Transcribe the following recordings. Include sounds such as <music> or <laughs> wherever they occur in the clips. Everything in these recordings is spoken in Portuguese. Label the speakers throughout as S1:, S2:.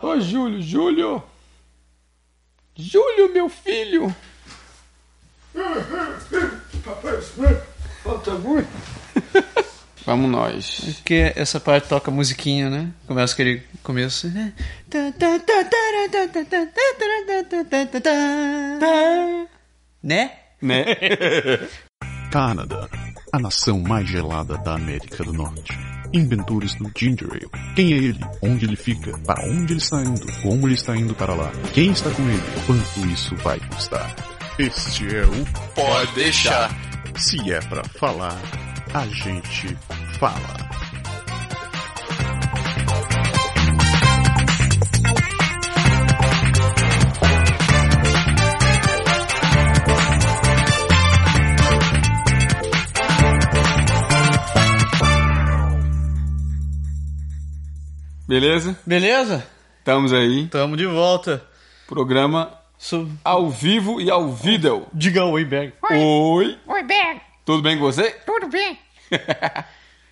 S1: Ô, Júlio, Júlio! Júlio, meu filho!
S2: Falta muito.
S1: Vamos nós.
S3: Porque essa parte toca musiquinha, né? Começa aquele começo. Né?
S1: Né?
S4: Canadá, a nação mais gelada da América do Norte. Inventores do Ginger Ale. Quem é ele? Onde ele fica? Para onde ele está indo? Como ele está indo para lá? Quem está com ele? Quanto isso vai custar? Este é o
S5: Pode deixar.
S4: Se é para falar, a gente fala.
S1: Beleza?
S3: Beleza?
S1: Estamos aí.
S3: Tamo de volta.
S1: Programa
S3: Sou
S1: ao vivo e ao vídeo.
S3: Diga oi, Berg.
S1: Oi!
S6: Oi, Berg,
S1: Tudo bem com você?
S6: tudo bem?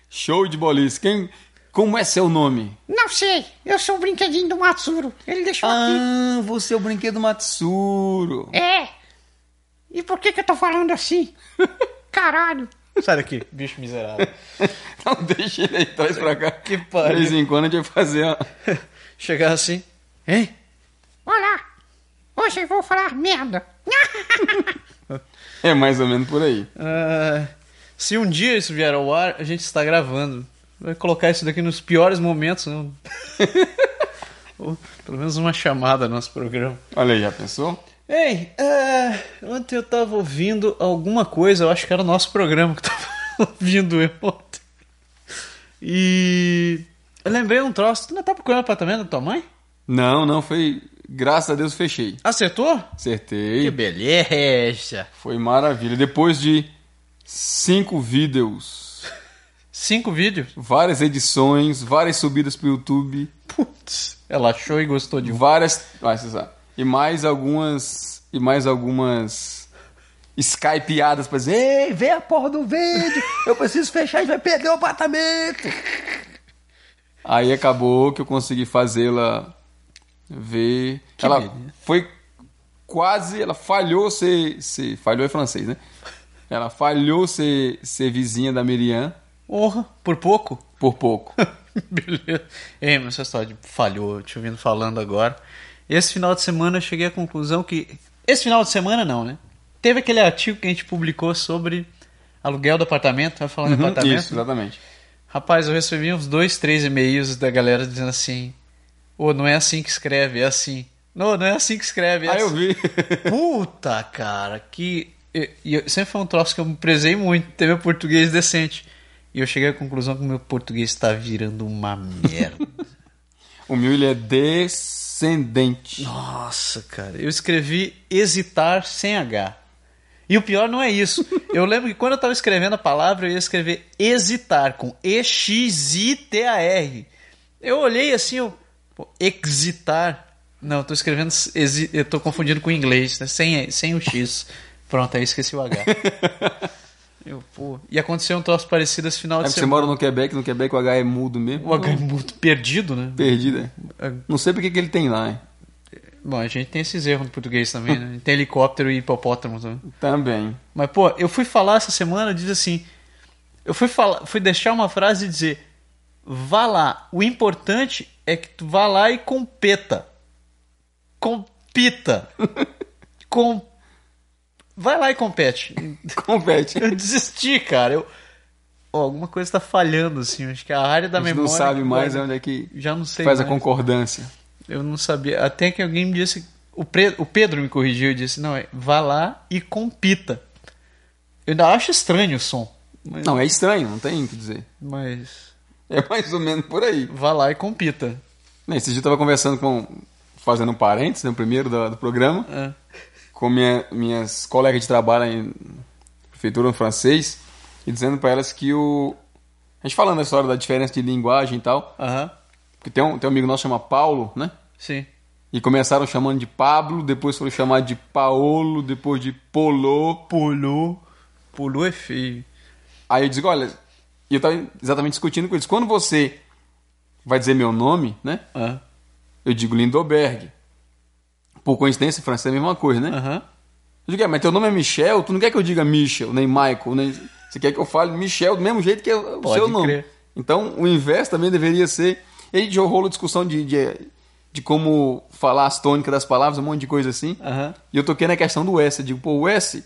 S1: Show de bolice. Quem... Como é seu nome?
S6: Não sei, eu sou o brinquedinho do Matsuro. Ele
S3: Tá
S6: deixou aqui.
S1: Ah, você é o brinquedo Matsuro.
S6: É. E por que que eu tô falando assim? <laughs> Caralho.
S3: Sai daqui, <laughs> bicho miserável.
S1: <laughs> Não deixa ele aí, traz pra cá.
S3: É. Que pariu.
S1: De vez em quando a gente vai fazer uma...
S3: Chegar assim. Hein?
S6: Olá, hoje eu vou falar merda. <laughs>
S1: É mais ou menos por aí.
S3: Ah, se um dia isso vier ao ar, a gente está gravando. Vai colocar isso daqui nos piores momentos, <laughs> né? Ou pelo menos uma chamada ao nosso programa.
S1: Olha aí, já pensou?
S3: Ei, ah, ontem eu tava ouvindo alguma coisa, eu acho que era o nosso programa que <laughs> eu tava ouvindo eu ontem. E eu lembrei um troço. Tu não tá procurando apartamento da tua mãe?
S1: Não, não, foi... Graças a Deus fechei.
S3: Acertou?
S1: Acertei.
S3: Que beleza!
S1: Foi maravilha. Depois de cinco vídeos,
S3: Cinco vídeos?
S1: várias edições, várias subidas pro YouTube,
S3: Putz, ela achou e gostou de um.
S1: várias. Ah, você sabe. E mais algumas. E mais algumas. Skypeadas pra dizer: Ei, vê a porra do vídeo! Eu preciso fechar, a gente vai perder o apartamento! Aí acabou que eu consegui fazê-la ver. ela
S3: beleza.
S1: foi quase. Ela falhou ser. ser falhou é francês, né? Ela falhou ser, ser vizinha da Miriam.
S3: Porra, por pouco? <laughs>
S1: Por pouco.
S3: Beleza. Ei, mas essa história de falhou, te ouvindo falando agora. Esse final de semana eu cheguei à conclusão que. Esse final de semana não, né? Teve aquele artigo que a gente publicou sobre aluguel do apartamento, vai falar de apartamento.
S1: Uhum. Isso, exatamente.
S3: Rapaz, eu recebi uns dois, três e-mails da galera dizendo assim: Ô, não é assim que escreve, é assim. Não, não é assim que escreve, é
S1: Aí
S3: assim.
S1: Ah, eu vi.
S3: Puta, cara, que. E, e eu- sempre foi um troço que eu me prezei muito, ter meu português decente. E eu cheguei à conclusão que o meu português está virando uma merda.
S1: O meu ele é descendente.
S3: Nossa, cara, eu escrevi hesitar sem H. E o pior não é isso. Eu lembro que quando eu tava escrevendo a palavra, eu ia escrever hesitar com E-X-I-T-A-R. Eu olhei assim, eu, pô, exitar. Não, eu tô escrevendo, exi- eu tô confundindo com inglês, né? Sem, sem o X. Pronto, aí eu esqueci o H. Eu, pô, e aconteceu um troço parecido esse
S1: É
S3: final de
S1: porque você
S3: semana.
S1: mora no Quebec, no Quebec o H é mudo mesmo.
S3: O H é muito perdido, né?
S1: Perdida.
S3: É.
S1: Não sei porque que ele tem lá. hein?
S3: Bom, a gente tem esses erros no português também, né? Tem helicóptero e hipopótamo também. <laughs>
S1: Também.
S3: Mas, pô, eu fui falar essa semana, diz assim. Eu fui, falar, fui deixar uma frase e dizer: vá lá. O importante é que tu vá lá e competa.
S1: <laughs>
S3: Compita. Com... Vai lá e compete.
S1: Compete.
S3: Eu desisti, cara. Eu... Ó, alguma coisa tá falhando, assim. Acho que a área da
S1: A gente não
S3: memória.
S1: sabe mais
S3: eu...
S1: onde é que
S3: Já não sei.
S1: faz a
S3: mais.
S1: concordância.
S3: Eu não sabia. Até que alguém me disse. O, Pre- o Pedro me corrigiu e disse: não, é vá lá e compita. Eu ainda acho estranho o som. Mas,
S1: Não, é estranho, não tem o que dizer. <laughs>
S3: mas
S1: É mais ou menos por aí.
S3: vá lá e compita.
S1: Né, Esse dia eu tava conversando com. Fazendo um parênteses, né, o primeiro do, do programa.
S3: É.
S1: com minha- minhas colegas de trabalho em prefeitura no francês e dizendo para elas que o. A gente falando a história da diferença de linguagem e tal,
S3: Aham,
S1: porque tem um, tem um amigo nosso que chama Paulo, né?
S3: sim.
S1: E começaram chamando de Pablo, depois foram chamar de Paolo, depois de Polo.
S3: Pulou. Pulou é feio.
S1: Aí eu digo, olha, e eu tava exatamente discutindo com eles. Quando você vai dizer meu nome, né?
S3: Ah,
S1: Eu digo Lindoberg. Por coincidência, francês é a mesma coisa, né?
S3: Aham.
S1: Eu digo, é, mas teu nome é Michel, tu não quer que eu diga Michel, nem Michael, nem. Você quer que eu fale Michel do mesmo jeito que é o
S3: Pode
S1: seu nome.
S3: crer.
S1: Então, o inverso também deveria ser. E aí já rolou discussão de, de, de como falar as tônicas das palavras, um monte de coisa assim.
S3: Aham.
S1: E eu toquei na questão do S. Eu digo, pô, o S.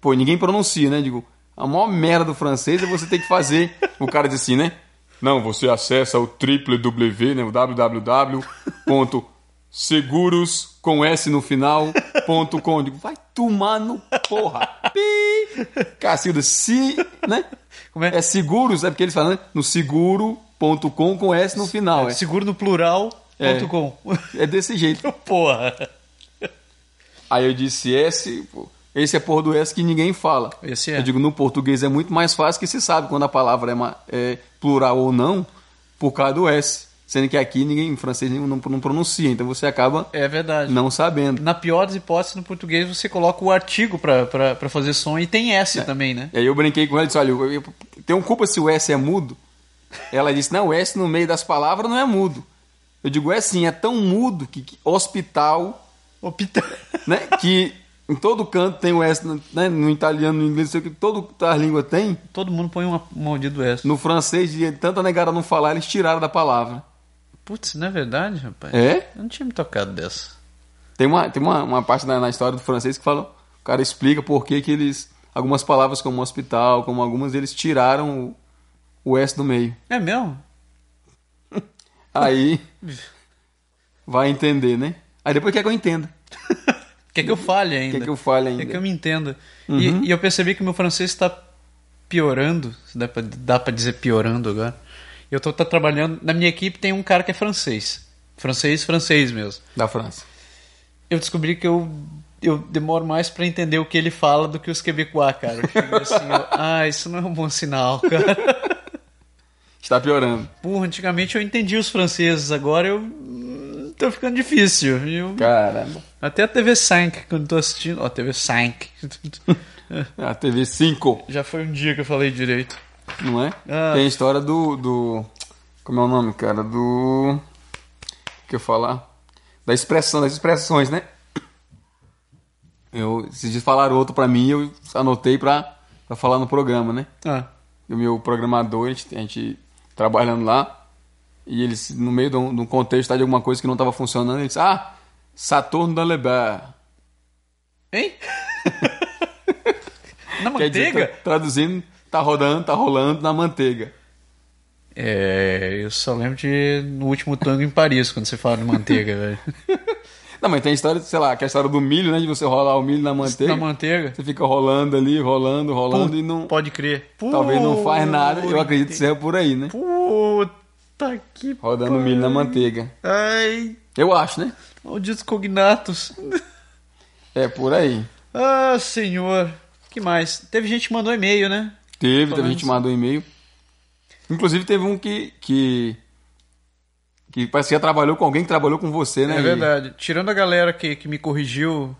S1: Pô, ninguém pronuncia, né? Eu digo, a maior merda do francês é você ter que fazer. <laughs> o cara diz assim, né? Não, você acessa o www, né? O www. ponto seguros com S no final. Ponto com. Eu digo, vai tomar no porra. Pi! Cacilda, se. Né?
S3: Como é?
S1: É seguros, é porque eles falam né? no seguro.com com S no final. É,
S3: Seguro no plural.
S1: É.
S3: Ponto com. <laughs>
S1: é desse jeito.
S3: Porra.
S1: Aí eu disse S, pô, esse é porra do S que ninguém fala.
S3: Esse é.
S1: Eu digo, no português é muito mais fácil que se sabe quando a palavra é, ma- é plural ou não, por causa do S. Sendo que aqui ninguém, em francês, nenhum não, não pronuncia, então você acaba
S3: É verdade.
S1: não sabendo.
S3: Na pior das hipóteses, no português, você coloca o artigo pra, pra, pra fazer som e tem
S1: É.
S3: S também, né?
S1: E aí eu brinquei com ela e disse, olha, eu- eu- tem um culpa se o S é mudo? Ela disse, não, o S no meio das palavras não é mudo. Eu digo, é sim, é tão mudo que, que hospital
S3: Ô, Pita.
S1: né? Que em todo canto tem o S, né? No italiano, no inglês, não sei o que, todo as língua tem.
S3: <laughs> Todo mundo põe uma maldito S.
S1: No francês, de tanta negada não falar, eles tiraram da palavra.
S3: Putz, não é verdade, rapaz?
S1: É?
S3: Eu não tinha me tocado dessa.
S1: Tem uma, tem uma, uma parte na, na história do francês que fala, o cara explica por que que eles, algumas palavras como hospital, como algumas, eles tiraram o, o S do meio.
S3: É mesmo? <laughs>
S1: Aí vai entender, né? Aí depois quer que eu entenda,
S3: Quer que eu fale ainda?
S1: quer que eu fale ainda.
S3: Quer É
S1: Uhum.
S3: que eu me entenda. E, e eu percebi que meu francês está piorando. Se dá pra, dá pra dizer piorando agora. Eu tô tá trabalhando. Na minha equipe tem um cara que é francês. Francês, francês mesmo.
S1: Da França.
S3: Eu descobri que eu, eu demoro mais pra entender o que ele fala do que os quebecois, cara. Eu fico assim,
S1: <laughs>
S3: eu, ah, isso não é um bom sinal, cara. <laughs>
S1: Está piorando.
S3: Porra, antigamente eu entendi os franceses, agora eu. hum, tô ficando difícil. Eu-
S1: Caramba.
S3: até a TV 5, quando tô assistindo. Ó, TV <laughs> 5.
S1: A TV 5.
S3: Já foi um dia que eu falei direito.
S1: Não é?
S3: Ah.
S1: Tem a história do, do. Como é o nome, cara? Do. que eu falar? Da expressão, das expressões, né? Eu, se dias falaram outro pra mim, eu anotei pra, pra falar no programa, né?
S3: Ah.
S1: E o meu programador, a gente, a gente trabalhando lá, e eles, no meio de um, de um contexto tá, de alguma coisa que não estava funcionando, ele disse: Ah, Saturno da Leber.
S3: Hein? <laughs> Na
S1: Quer dizer,
S3: manteiga?
S1: tá- traduzindo, tá rodando, tá rolando na manteiga.
S3: É, eu só lembro de no último tango em Paris, quando você fala de manteiga, velho.
S1: Não, mas tem a história, sei lá, que é a história do milho, né? De você rolar o milho na manteiga.
S3: Na manteiga?
S1: Você fica rolando ali, rolando, rolando e não.
S3: Pode crer.
S1: Talvez não faz nada. Eu acredito que seja por aí, né?
S3: Puta que
S1: Rodando milho na manteiga.
S3: Ai,
S1: Eu acho, né?
S3: malditos cognatos.
S1: É por aí.
S3: Ah, senhor. que mais? Teve gente que mandou e-mail, né?
S1: Teve, teve
S3: menos-
S1: gente que mandou e-mail. Inclusive teve um que. que. que parece que já trabalhou com alguém que trabalhou com você, né?
S3: É
S1: E-
S3: verdade. Tirando a galera que, que me corrigiu,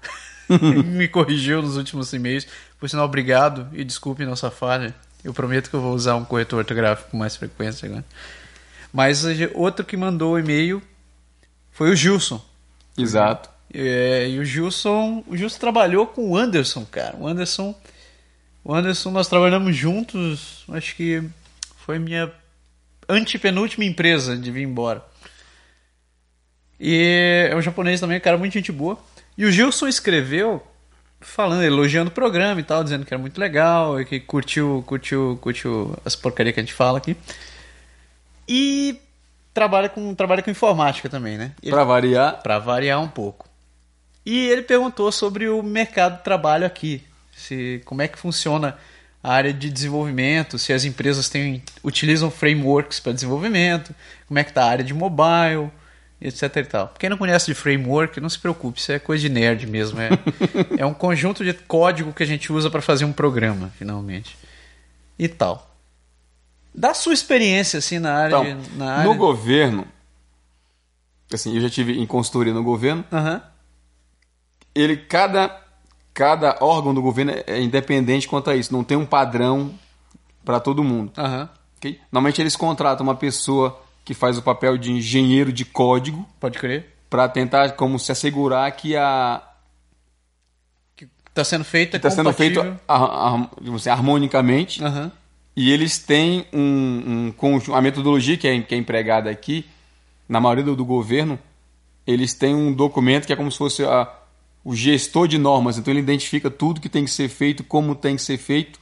S3: me corrigiu nos últimos e-mails. Por sinal, obrigado e desculpe nossa falha. Eu prometo que eu vou usar um corretor ortográfico com mais frequência, né? Mas eh, outro que mandou o e-mail foi o Gilson.
S1: Exato.
S3: É, e o Gilson, o Gilson trabalhou com o Anderson, cara. O Anderson, o Anderson nós trabalhamos juntos, acho que foi minha antepenúltima empresa de vir embora. E é um japonês também, cara, muito gente boa. E o Gilson escreveu falando, elogiando o programa e tal, dizendo que era muito legal e que curtiu, curtiu, curtiu as porcarias que a gente fala aqui. E trabalha com, trabalha com informática também, né? Ele
S1: Pra variar.
S3: para variar um pouco. E ele perguntou sobre o mercado de trabalho aqui, se como é que funciona a área de desenvolvimento, se as empresas têm utilizam frameworks para desenvolvimento, como é que tá a área de mobile, etc e tal. Quem não conhece de framework, não se preocupe, isso é coisa de nerd
S1: <laughs>
S3: mesmo, é, é um conjunto de código que a gente usa para fazer um programa, finalmente. E tal. Da sua experiência assim na área,
S1: Então,
S3: de, na área
S1: no governo. Assim, eu já tive em consultoria no governo.
S3: Aham.
S1: ele cada cada órgão do governo é- é independente quanto a isso, não tem um padrão para todo mundo.
S3: Aham.
S1: ok? Normalmente eles contratam uma pessoa que faz o papel de engenheiro de código
S3: Pode crer.
S1: para tentar como se assegurar que a
S3: Que tá sendo feito, é
S1: está sendo feito
S3: compatível.
S1: a- a- digamos assim, harmonicamente
S3: Aham.
S1: e eles têm um, um conjunto, a metodologia que é, que é empregada aqui na maioria do, do governo eles têm um documento que é como se fosse a- o gestor de normas então ele identifica tudo que tem que ser feito como tem que ser feito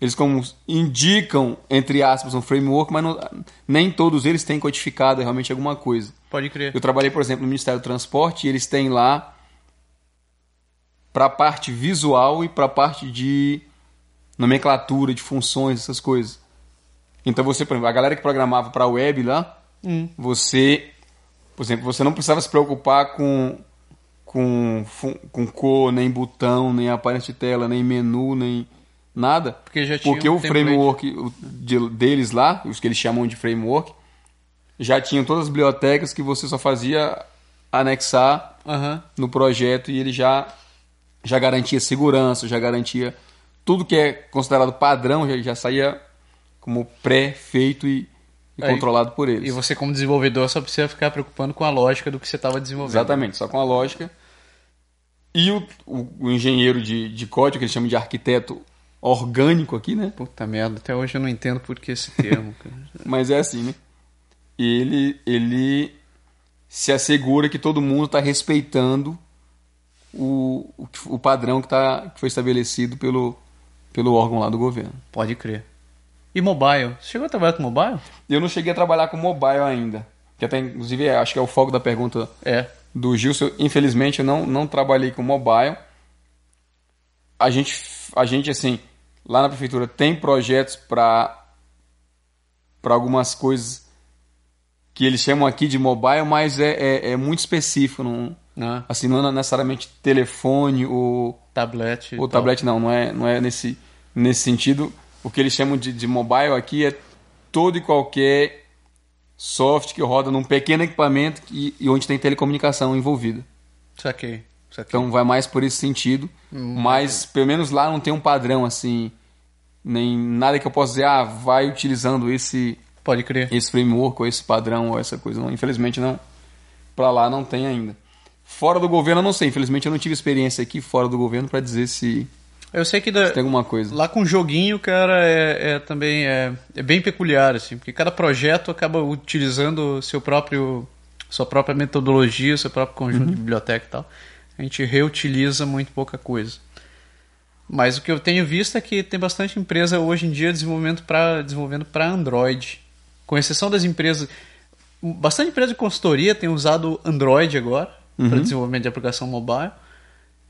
S1: eles como indicam entre aspas um framework mas não- nem todos eles têm codificado realmente alguma coisa
S3: Pode crer.
S1: eu trabalhei, por exemplo, no Ministério do Transporte e eles têm lá para a parte visual e para a parte de nomenclatura, de funções, essas coisas. Então você, por exemplo, a galera que programava para a web lá, você, por exemplo, você não precisava se preocupar com com fun- com cor, nem botão, nem aparência de tela, nem menu, nem nada,
S3: Porque já tinha
S1: porque
S3: um
S1: o
S3: template.
S1: framework o- de- deles lá, os que eles chamam de framework, já tinham todas as bibliotecas que você só fazia anexar
S3: Aham.
S1: no projeto e ele já já garantia segurança, já garantia tudo que é considerado padrão, já, já saía como pré-feito e, e
S3: Aí-
S1: controlado por eles.
S3: É, E você, como desenvolvedor, só precisa ficar preocupando com a lógica do que você tava desenvolvendo.
S1: Exatamente, só com a lógica. E o, o- o engenheiro de, de código, que eles chamam de arquiteto orgânico aqui, né?
S3: Puta merda, até hoje eu não entendo por que esse termo, cara. <laughs>
S1: Mas é assim, né? Ele, ele se assegura que todo mundo está respeitando o, o, que- o padrão que, tá, que foi estabelecido pelo, pelo órgão lá do governo.
S3: Pode crer. E mobile? Você chegou a trabalhar com mobile?
S1: Eu não cheguei a trabalhar com mobile ainda. Que até, inclusive, é- acho que é o foco da pergunta
S3: É.
S1: do Gilson. Eu, Infelizmente, eu não, não trabalhei com mobile. A gente, a gente, assim, lá na prefeitura tem projetos para para algumas coisas que eles chamam aqui de mobile, mas é, é, é muito específico. Não,
S3: Ah,
S1: assim, não é necessariamente telefone ou,
S3: tablet. e
S1: ou
S3: tal.
S1: tablet, não. Não é, não é nesse, nesse sentido. O que eles chamam de, de mobile aqui é todo e qualquer software que roda num pequeno equipamento e- e onde tem telecomunicação envolvida.
S3: Saquei. Saquei.
S1: Então vai mais por esse sentido.
S3: Hum.
S1: Mas pelo menos lá não tem um padrão assim. Nem nada que eu possa dizer, ah, vai utilizando esse,
S3: Pode crer.
S1: esse framework ou esse padrão ou essa coisa. Não, infelizmente não. Pra lá não tem ainda. Fora do governo, eu não sei. Infelizmente eu não tive experiência aqui fora do governo pra dizer se
S3: Eu sei que da-
S1: tem alguma coisa.
S3: lá com joguinho, cara, é, é também é, é bem peculiar, assim, porque cada projeto acaba utilizando seu próprio, sua própria metodologia, seu próprio conjunto de biblioteca e tal. A gente reutiliza muito pouca coisa. Mas o que eu tenho visto é que tem bastante empresa hoje em dia desenvolvimento pra, desenvolvendo para Android. Com exceção das empresas. Bastante empresa de consultoria tem usado Android agora para desenvolvimento de aplicação mobile.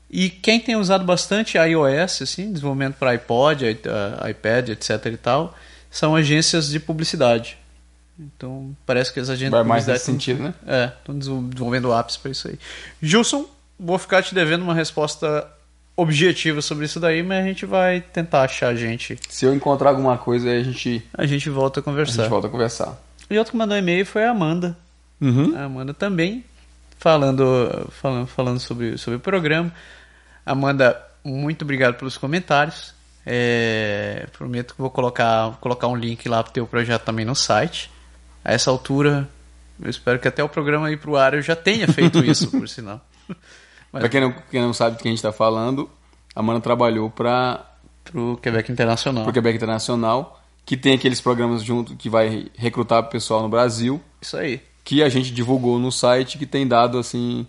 S3: E quem tem usado bastante iOS, assim, desenvolvimento para iPod, i- ah, iPad, etc e tal, são agências de publicidade. Então, parece que as agências
S1: Vai
S3: de
S1: mais
S3: publicidade
S1: nesse sentido, né?
S3: é, estão desenvolvendo apps para isso aí. Gilson, vou ficar te devendo uma resposta objetiva sobre isso daí, mas a gente vai tentar achar a gente.
S1: Se eu encontrar alguma coisa, aí a gente,
S3: A gente volta a
S1: a
S3: conversar.
S1: gente volta a conversar.
S3: E outro que mandou e-mail foi a Amanda. A Amanda também falando, falando, falando sobre, sobre o programa. Amanda, muito obrigado pelos comentários. É, prometo que vou colocar, colocar um link lá pro teu projeto também no site. A essa altura, eu espero que até o programa ir pro ar eu já tenha feito isso, por sinal. Mas
S1: Pra quem não, quem não sabe do que a gente tá falando, a Mana trabalhou pra
S3: pro Quebec Internacional.
S1: pro Quebec Internacional, que tem aqueles programas junto que vai recrutar pessoal no Brasil,
S3: Isso aí.
S1: que a gente divulgou no site que tem dado assim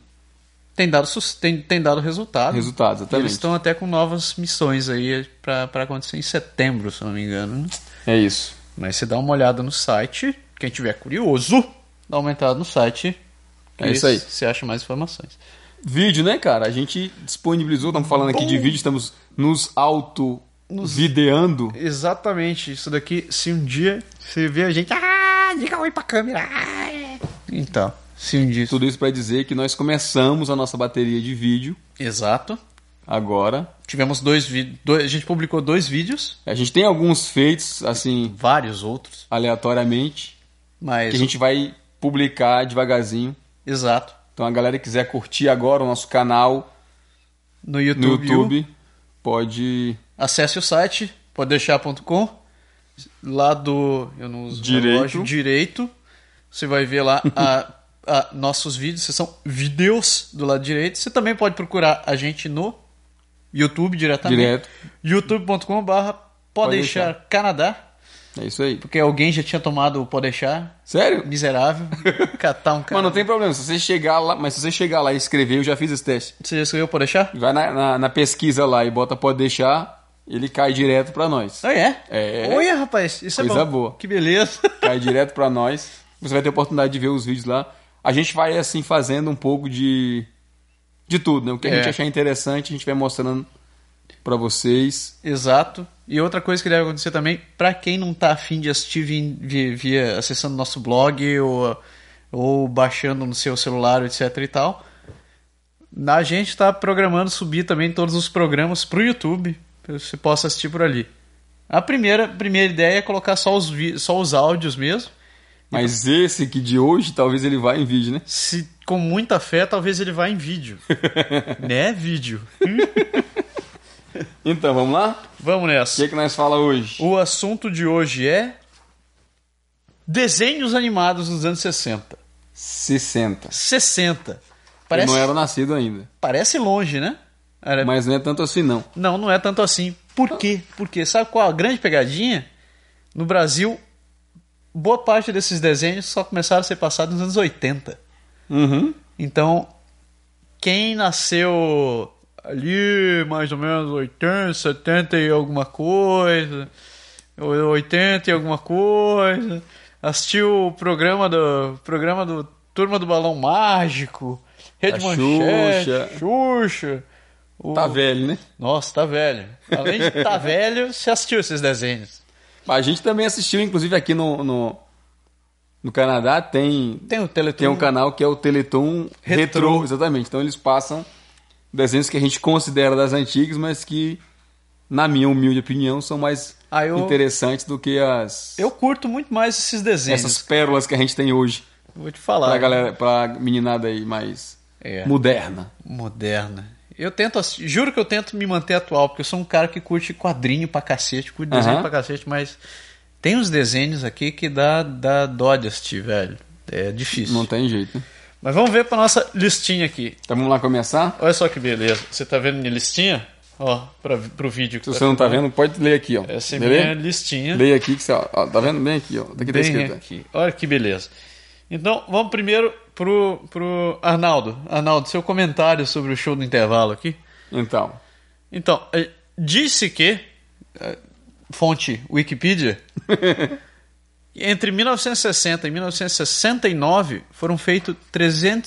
S3: Tem dado, sus- tem, tem dado resultado.
S1: resultados,
S3: Eles
S1: exatamente.
S3: estão até com novas missões aí pra pra acontecer em setembro, se eu não me engano. né?
S1: É isso.
S3: Mas você dá uma olhada no site. Quem tiver curioso, dá uma entrada no site. que
S1: É isso aí.
S3: Você acha mais informações.
S1: Vídeo, né, cara? A gente disponibilizou, estamos falando aqui de vídeo, estamos nos auto videando.
S3: Exatamente. Isso daqui, se um dia você vê a gente.
S6: Ah, diga oi pra câmera. Ah, é.
S3: Então, se um dia.
S1: Tudo isso para dizer que nós começamos a nossa bateria de vídeo
S3: Exato.
S1: agora.
S3: Tivemos dois vídeos. A gente publicou dois vídeos,
S1: A gente tem alguns feitos assim
S3: vários outros.
S1: aleatoriamente
S3: Mas.
S1: que a gente vai publicar devagarzinho.
S3: Exato.
S1: Então a galera que quiser curtir agora o nosso canal,
S3: No
S1: no
S3: YouTube.
S1: YouTube. Pode
S3: Acesse o site, pode deixar.com. Lá do. Eu não uso
S1: Direito.
S3: relógio, direito. Você vai ver lá a- a nossos vídeos, são vídeos do lado direito. Você também pode procurar a gente no YouTube diretamente.
S1: Direto.
S3: youtube.com.br pode deixar Canadá,
S1: É isso aí.
S3: porque alguém já tinha tomado o pode deixar.
S1: Sério? <laughs>
S3: Miserável. Catar um cara.
S1: Mas não tem problema, se você chegar lá, mas se você chegar lá e escrever, eu já fiz esse teste.
S3: Você já escreveu pode deixar?
S1: Vai na, na- na pesquisa lá e bota pode deixar, ele cai direto pra nós.
S3: Ah, é?
S1: É.
S3: Olha, rapaz, isso é
S1: Coisa
S3: bom.
S1: boa.
S3: Que beleza.
S1: <laughs> Cai direto pra nós. Você vai ter oportunidade de ver os vídeos lá. A gente vai assim fazendo um pouco de de tudo, né? O que a
S3: É.
S1: gente achar interessante, a gente vai mostrando pra vocês.
S3: Exato. E outra coisa que deve acontecer também, pra quem não tá afim de assistir via, via, via acessando nosso blog ou, ou baixando no seu celular, etc e tal, a gente tá programando subir também todos os programas pro YouTube, pra você possa assistir por ali. A primeira, primeira ideia é colocar só os, vi- só os áudios mesmo.
S1: Mas esse aqui de hoje, talvez ele vá em vídeo, né?
S3: Se com muita fé, talvez ele vá em vídeo. né, vídeo?
S1: Então, vamos lá?
S3: Vamos
S1: O
S3: nessa.
S1: que é que nós fala hoje?
S3: O assunto de hoje é desenhos animados dos anos 60.
S1: 60.
S3: 60.
S1: Eu
S3: Parece,
S1: não era nascido ainda.
S3: parece longe, né? Era-
S1: Mas não é tanto assim, não.
S3: Não, não é tanto assim. Por quê? Porque sabe qual a grande pegadinha? No Brasil, boa parte desses desenhos só começaram a ser passados nos anos 80.
S1: Uhum.
S3: Então, quem nasceu ali mais ou menos 80, 70 e alguma coisa, ou 80 e alguma coisa, assistiu o programa do programa do Turma do Balão Mágico, Rede
S1: A
S3: Manchete, Xuxa. o-
S1: Tá velho, né?
S3: Nossa, tá velho. Além de tá <laughs> velho, você assistiu esses desenhos.
S1: A gente também assistiu, inclusive aqui no, no, no Canadá tem,
S3: Tem o Teleton.
S1: tem um canal que é o Teleton
S3: Retrô.
S1: Retro. exatamente. Então eles passam desenhos que a gente considera das antigas, mas que, na minha humilde opinião, são mais
S3: Ah, eu-
S1: interessantes do que as
S3: Eu curto muito mais esses desenhos.
S1: essas pérolas que a gente tem hoje
S3: Vou te falar.
S1: pra galera, pra meninada aí mais
S3: É.
S1: moderna.
S3: Moderna. Eu tento, ass- juro que eu tento me manter atual, porque eu sou um cara que curte quadrinho pra cacete, curte desenho
S1: Aham.
S3: pra cacete, mas tem uns desenhos aqui que dá, dá dó de assistir, velho. É difícil.
S1: Não tem jeito, né?
S3: Mas vamos ver pra nossa listinha aqui.
S1: Então vamos lá começar?
S3: Olha só que beleza. Você tá vendo minha listinha? Ó, pra, pro vídeo que
S1: Se você não tá vendo, pode ler aqui, ó.
S3: Essa é minha
S1: Beleza?
S3: listinha.
S1: Leia aqui que você, ó, ó, tá vendo? Bem aqui, ó. Daqui tá
S3: Bem
S1: escrito. né?
S3: aqui. Olha que beleza. Então, vamos primeiro pro, pro Arnaldo. Arnaldo, seu comentário sobre o show do intervalo aqui.
S1: Então,
S3: Então, eh, disse que, eh, fonte Wikipedia, <laughs> entre 1960 e 1969 foram feitos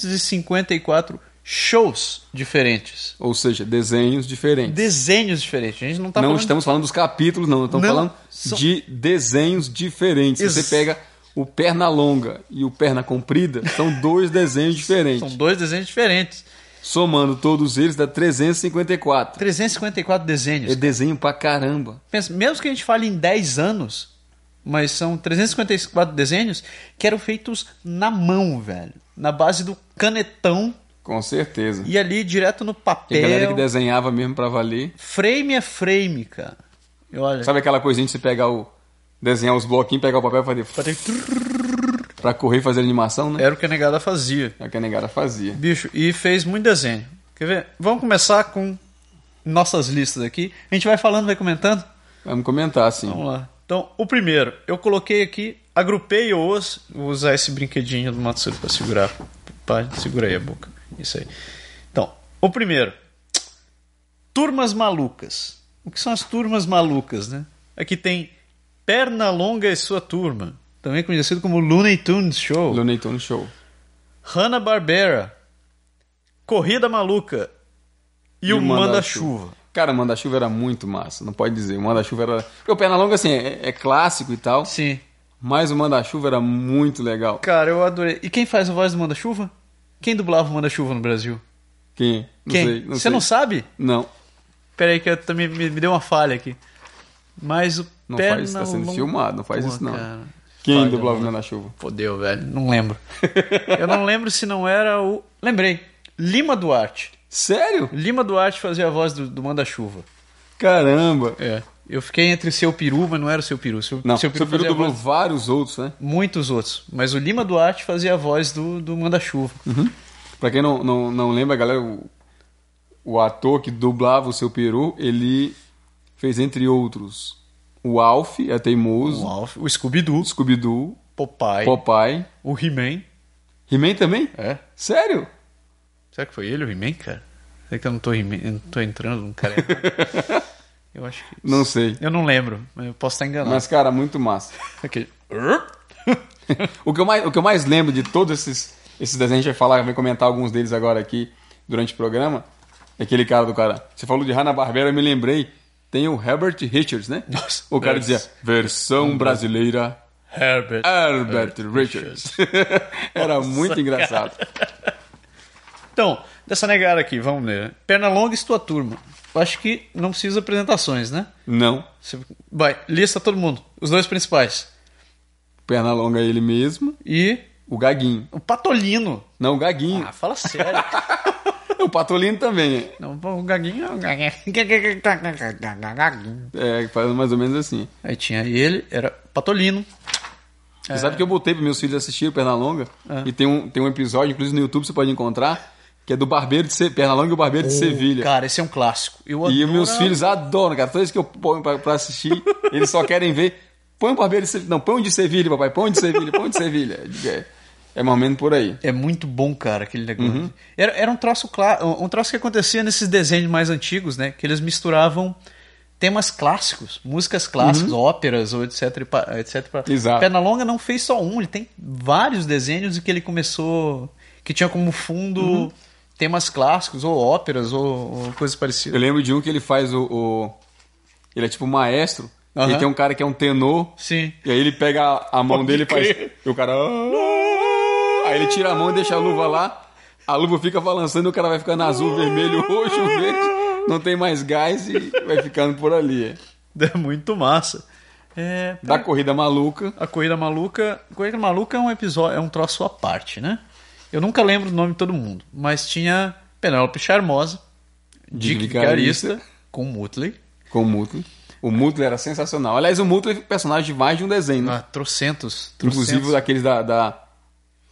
S3: 354 shows diferentes.
S1: ou seja, desenhos diferentes.
S3: Desenhos diferentes. A gente não está
S1: não
S3: tá falando...
S1: estamos falando dos capítulos, não. Estamos
S3: Não,
S1: falando
S3: são-
S1: de desenhos diferentes. Se
S3: Ex-
S1: Você pega o perna longa e o perna comprida, são dois desenhos diferentes.
S3: <laughs> São dois desenhos diferentes.
S1: Somando todos eles, dá 354.
S3: 354 desenhos.
S1: É desenho pra caramba.
S3: Pensa, mesmo que a gente fale em 10 anos, mas são 354 desenhos que eram feitos na mão, velho. Na base do canetão
S1: Com certeza.
S3: e ali direto no
S1: E a galera que
S3: papel.
S1: desenhava mesmo pra valer.
S3: Frame a frame, cara. E olha.
S1: Sabe aquela coisinha de você pegar o. desenhar os bloquinhos, pegar o papel e fazer.
S3: Fazer trrrr.
S1: Pra correr e fazer animação, né?
S3: Era o que a negada fazia.
S1: É o que a negada fazia.
S3: Bicho, e fez muito desenho. Quer ver? Vamos começar com nossas listas aqui. A gente vai falando, vai comentando.
S1: Vamos comentar, assim.
S3: Vamos lá. Então, o primeiro, eu coloquei aqui, agrupei os. Vou usar esse brinquedinho do Matsuri pra segurar. Pá, segura aí a boca. Isso aí. Então, o primeiro. Turmas malucas. O que são as turmas malucas, né? Aqui tem Perna Longa e sua turma. Também conhecido como Looney Tunes Show.
S1: Looney Tunes Show.
S3: Hanna-Barbera. Corrida Maluca. E, o Manda-Chuva.
S1: Cara, o manda-chuva era muito massa, não pode dizer. O manda-chuva era. Porque o Pernalonga, assim, é, é clássico e tal,
S3: Sim.
S1: mas o manda-chuva era muito legal.
S3: Cara, eu adorei. E quem faz a voz do Manda-Chuva? Quem dublava o Manda-Chuva no Brasil?
S1: Quem? Não
S3: Quem?
S1: sei.
S3: Você
S1: sei.
S3: não sabe?
S1: Não.
S3: Pera aí que eu também me, me deu uma falha aqui. Mas o
S1: Não
S3: Pernalonga...
S1: faz, tá sendo filmado, não faz
S3: Pô,
S1: isso não.
S3: cara. né?
S1: Quem
S3: Falha,
S1: dublava o
S3: mano.
S1: manda-chuva?
S3: Fodeu, velho. Não lembro. eu não lembro se não era o... Lembrei. Lima Duarte.
S1: Sério?
S3: Lima Duarte fazia a voz do, do Manda-Chuva.
S1: Caramba!
S3: É. Eu fiquei entre seu peru, mas não era o seu peru. Seu,
S1: Não,
S3: seu
S1: seu
S3: peru,
S1: peru
S3: fazia a
S1: dublou
S3: voz-
S1: vários outros, né?
S3: muitos outros. Mas o Lima Duarte fazia a voz do, do Manda-Chuva.
S1: Pra quem não, não, não lembra, galera, o, o ator que dublava o seu peru, ele fez, entre outros, o Alf, a
S3: O
S1: Teimoso,
S3: Alf, o Scooby-Doo,
S1: o Scooby-Doo,
S3: Popeye,
S1: Popeye,
S3: o He-Man.
S1: He-Man também?
S3: É?
S1: Sério?
S3: Será que foi ele o He-Man, cara? Será que eu não tô, He-Man- eu não tô entrando num <laughs> cara errado? Eu acho que...
S1: Não sei.
S3: Eu não lembro, mas eu posso estar enganado.
S1: Mas, cara, muito massa. <laughs>
S3: Aquele-
S1: O que eu mais, o que eu mais lembro de todos esses, esses desenhos, a gente vai falar, vai comentar alguns deles agora aqui durante o programa, é aquele cara do cara. Você falou de Hanna-Barbera, eu me lembrei. Tem o Herbert Richards, né?
S3: Nossa.
S1: o cara
S3: Nossa.
S1: dizia, versão brasileira,
S3: Herbert. É,
S1: Herbert Richards. <laughs> Era muito engraçado.
S3: Então, dessa negada aqui, vamos ler. Pernalonga e sua turma. Eu acho que não precisa apresentações, né?
S1: Não,
S3: Você- Vai, lista todo mundo. Os dois principais.
S1: perna longa é ele mesmo,
S3: E
S1: o Gaguinho.
S3: o Patolino.
S1: Não, o Gaguinho.
S3: Ah, fala sério. Ah.
S1: <laughs> O Patolino também.
S3: <laughs> não, o Gaguinho é o Gaguinho.
S1: É, fazendo mais ou menos assim.
S3: Aí tinha ele, era Patolino.
S1: Você sabe que eu botei para meus filhos assistirem Pernalonga?
S3: É.
S1: E tem um, tem um episódio, inclusive no YouTube você pode encontrar, que é do Barbeiro de Se... Pernalonga e o Barbeiro de Sevilha.
S3: Cara, esse é um clássico. Eu
S1: E
S3: adoro-
S1: meus filhos adoram, cara. Toda vez que eu ponho pra, pra
S3: <laughs>
S1: assistir, eles só querem ver. Põe o Barbeiro de Sevilha. Não, põe o de Sevilha, papai. Põe o de Sevilha, põe o de Sevilha. É, é mais ou menos por aí.
S3: É muito bom, cara, aquele negócio. Era, era um troço clá- um troço que acontecia nesses desenhos mais antigos, né? Que eles misturavam temas clássicos, músicas clássicas, óperas ou etc. e pa- etc.
S1: Exato.
S3: Pernalonga não fez só um, ele tem vários desenhos em que ele começou. que tinha como fundo temas clássicos, ou óperas, ou, ou coisas
S1: Eu
S3: parecidas.
S1: lembro de um que ele faz o. o- Ele é tipo maestro.
S3: Aham.
S1: E tem um cara que é um tenor.
S3: Sim.
S1: E aí ele pega a, a mão
S3: Pode
S1: dele e faz.
S3: crer.
S1: E o cara. "Ah", Aí ele tira a mão, deixa a luva lá. A luva fica balançando e o cara vai ficando azul, vermelho, <laughs> roxo, verde. Não tem mais gás e vai ficando por ali.
S3: É muito massa. É,
S1: Da corrida maluca.
S3: A Corrida Maluca. Corrida Maluca é um episódio, é um troço à parte, né? Eu nunca lembro o nome de todo mundo, mas tinha Penélope Charmosa, Dick
S1: Vicarista.
S3: Vicarista, com Mutley,
S1: Com o Mutley. O Mutley era sensacional. Aliás, o Mutley é personagem de mais de um desenho. né?
S3: ah, trocentos, trocentos.
S1: Inclusive daqueles da, da-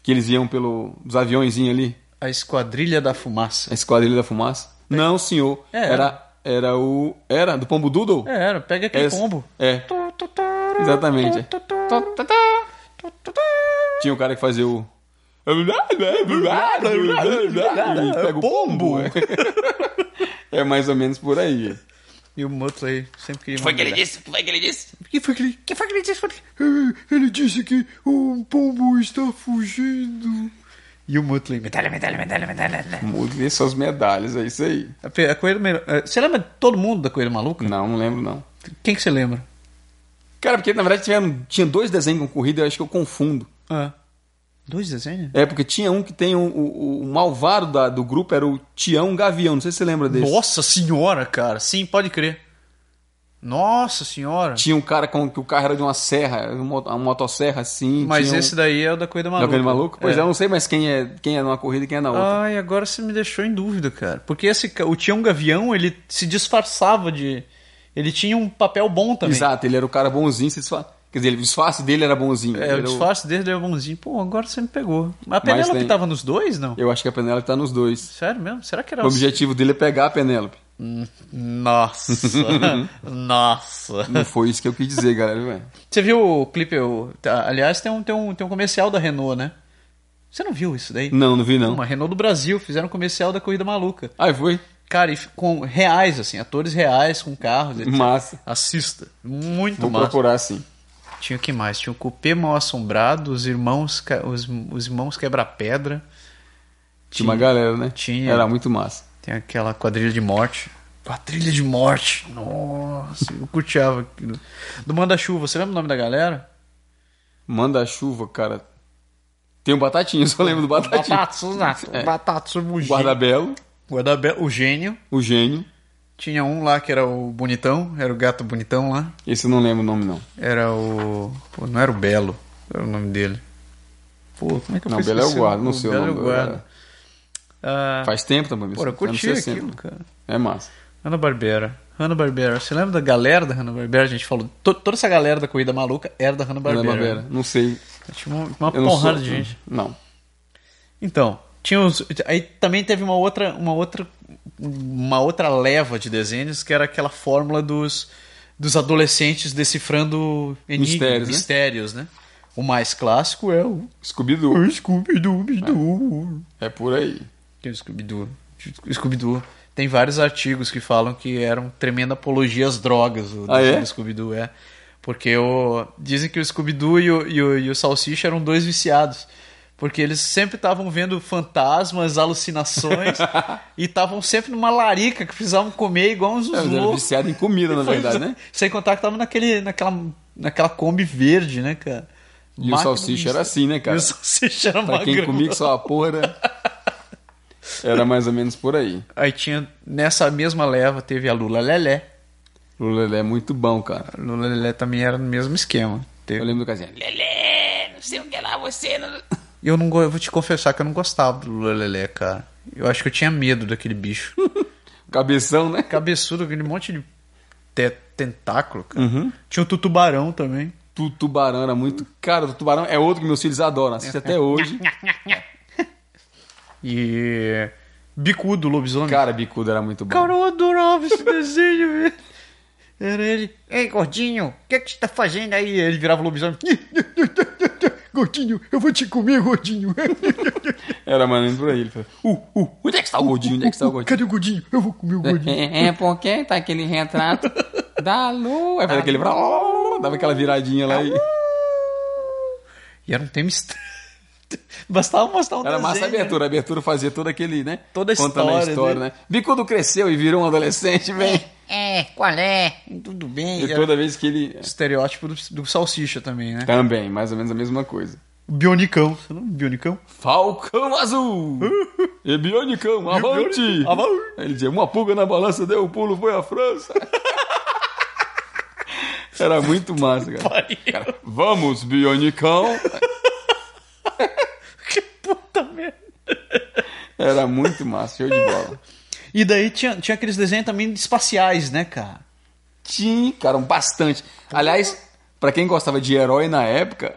S1: Que eles iam pelo. Os aviõezinhos ali.
S3: a Esquadrilha da
S1: A
S3: Fumaça.
S1: Esquadrilha da Fumaça? Não, senhor.
S3: É.
S1: Era, era o. Era do Pombo Doodle?
S3: É, era, pega aquele
S1: É,
S3: combo.
S1: É, exatamente. é. Tinha o cara que fazia o. Pega o pombo. <laughs> É mais ou menos por aí.
S3: E o Mutley sempre queria
S2: Foi que ele
S3: mandar.
S2: disse? Foi que ele disse?
S3: O que foi que ele...
S6: que foi que ele disse? Foi que-
S1: eh, Ele disse que um pombo está fugindo.
S3: E o Mutley.
S6: Medalha, medalha, medalha, medalha.
S1: Mudei suas medalhas, é isso aí.
S3: A pe- a Corrida Mel- eh, Você lembra de todo mundo da Corrida Maluca?
S1: Não, não lembro não.
S3: Quem que você lembra?
S1: Cara, porque na verdade tiveram, tinha dois desenhos com corrida, eu acho que eu confundo.
S3: Ah, dois desenhos?
S1: É, porque tinha um que tem um- o, o malvado da- do grupo, era o Tião Gavião. Não sei se você lembra desse.
S3: Nossa senhora, cara. Sim, pode crer. Nossa senhora.
S1: Tinha um cara com que o carro era de uma serra, uma, uma motosserra assim.
S3: Mas
S1: tinha
S3: esse
S1: um...
S3: daí é o da Corrida
S1: Tá
S3: Maluca.
S1: vendo maluco? Pois é. eu
S3: é. Ah,
S1: não sei mais quem é, quem é numa corrida e quem é na outra.
S3: Ai, agora você me deixou em dúvida, cara. Porque esse, ca- o Tião Gavião, ele se disfarçava de... Ele tinha um papel bom também.
S1: Exato, ele era o cara bonzinho, se disfa... quer dizer, o disfarce dele era bonzinho.
S3: É,
S1: Era
S3: o disfarce dele era bonzinho. Pô, agora você me pegou. Mas a
S1: Mas
S3: Penélope
S1: tem-
S3: tava nos dois, não?
S1: Eu acho que a Penélope tá nos dois.
S3: Sério mesmo? Será que era...
S1: O objetivo dele é pegar a Penélope.
S3: Nossa.
S1: <laughs>
S3: Nossa.
S1: Não foi isso que eu quis dizer, galera. velho.
S3: Você viu o clipe? o- tá, Aliás, tem um, tem, um, tem um comercial da Renault, né? Você não viu isso daí?
S1: Não, não vi não.
S3: Uma Renault do Brasil, fizeram um comercial da Corrida Maluca.
S1: Aí foi.
S3: Cara, e f- com reais, assim, atores reais, com carros, etc.
S1: Massa.
S3: Assista. Muito
S1: Vou
S3: massa.
S1: procurar sim.
S3: Tinha o que mais? Tinha o Cupê Mal Assombrado, os irmãos, Ca- os, os irmãos Quebra-Pedra.
S1: Tinha uma galera, né?
S3: Tinha.
S1: Era muito massa.
S3: Tem aquela quadrilha de morte. Quadrilha de morte. Nossa, eu curteava aquilo. Do Manda-Chuva, você lembra o nome da galera?
S1: Manda-chuva, cara. Tem um batatinho, eu só lembro do batatinho.
S6: Batatos, batatos.
S3: Batatos, o
S1: O guardabelo,
S3: Guardabel, É. o Gênio.
S1: o gênio.
S3: Tinha um lá que era o Bonitão, era o gato bonitão lá.
S1: Esse eu não lembro o nome, não.
S3: Era o. Pô, não era o Belo. Era o nome dele. Pô, como é que eu
S1: Não,
S3: fui
S1: Belo é o
S3: esquecer
S1: guarda, não sei o
S3: Belo
S1: nome
S3: é o
S1: do- é.
S3: guarda. Ah,
S1: Faz tempo também.
S3: pô, eu
S1: anos
S3: curti
S1: 60.
S3: aquilo, cara.
S1: É massa.
S3: Hanna-Barbera. Hanna-Barbera. Você lembra da galera da Hanna-Barbera? A gente falou. to- toda essa galera da corrida maluca era da Hanna-Barbera.
S1: Hanna-Barbera.
S3: né?
S1: Não sei.
S3: Tinha uma, uma
S1: Eu não sou- um-
S3: porrada de gente.
S1: Não.
S3: Então, tinha uns, aí também teve uma outra, uma outra, uma outra leva de desenhos que era aquela fórmula dos, dos adolescentes decifrando enigmas,
S1: Mistérios,
S3: mistérios,
S1: né?
S3: né? O mais clássico é o
S1: Scooby-Doo.
S3: Scooby-Dooby-Doo.
S1: É por aí.
S3: Tem o Scooby-Doo. Scooby-Doo. Tem vários artigos que falam que eram tremenda apologia às drogas o
S1: Ah,
S3: desenho
S1: é?
S3: do Scooby-Doo, é. Porque o... dizem que o Scooby-Doo e o, e, o, e o Salsicha eram dois viciados. Porque eles sempre estavam vendo
S1: <laughs>
S3: fantasmas, alucinações, e estavam sempre numa larica que precisavam comer igual uns
S1: É, mas era
S3: loucos.
S1: viciado em comida, na verdade, né?
S3: Sem contar que estavam naquele, naquela, naquela Kombi verde, né, cara?
S1: E o
S3: Máquina
S1: salsicha
S3: de-
S1: era assim, né,
S3: E
S1: cara?
S3: o Salsicha era
S1: Pra quem
S3: magrão.
S1: comia que só a porra
S3: <laughs>
S1: era... era mais ou menos por aí.
S3: Aí tinha, nessa mesma leva, teve a Lula Lelé.
S1: O Lelé é muito bom, cara.
S3: A Lula Lelé também era no mesmo esquema.
S1: Eu
S3: Teve-
S1: lembro do casinha. Lelé, não sei o que lá, você... não-"
S3: E Eu, não, go- eu vou te confessar que eu não gostava do Lula Lelé, cara. Eu acho que eu tinha medo daquele bicho.
S6: <laughs>
S1: Cabeção, né?
S3: Cabeçudo, aquele monte de te- tentáculo, cara.
S6: Uhum.
S3: Tinha o Tutubarão também.
S1: Tu tubarão era muito... Cara, o tubarão é outro que meus filhos adoram. Assiste até hoje.
S3: E. Bicudo, lobisomem.
S1: Cara, bicudo era muito bom.
S3: eu adorava
S6: <laughs>
S3: esse desenho, velho. Era ele.
S6: Ei, gordinho, o que, que você tá fazendo aí?
S3: E ele virava <laughs> lobisomem.
S6: Gordinho, eu vou te comer, <laughs> gordinho.
S1: Era maneiro por aí. Ele falou, uh, uh, onde é que está o gordinho? Onde é que está o
S3: <laughs>
S1: gordinho?
S6: Cadê o gordinho? Eu vou comer o gordinho.
S1: É, é porque tá aquele retrato da lua. Aí fazia aquele... Dava aquela viradinha lá e...
S3: E era um tema estranho. <laughs> Bastava mostrar um
S1: <laughs> Era
S3: desenho.
S1: massa a abertura. A abertura fazia todo aquele, né?
S3: Toda a
S1: Contando a
S3: história,
S1: história, né? Bicudo cresceu e virou um adolescente, velho.
S6: É, qual é? Tudo bem.
S1: E toda vez que ele...
S3: um Estereótipo do, do salsicha também, né?
S1: Também, mais ou menos a mesma coisa.
S3: O Bionicão. Você lembra do Bionicão?
S1: Falcão Azul! e Bionicão, avante!
S3: Bionic- avante!
S1: Ele dizia, uma pulga na balança, deu um pulo, foi a França. Era muito massa, cara. Cara, Vamos, Bionicão!
S3: <laughs> Que puta merda.
S1: Era muito massa, show de bola.
S3: E daí tinha, tinha aqueles desenhos também espaciais, né, cara?
S1: Tinha, cara, um bastante. Aliás, pra quem gostava de herói na época,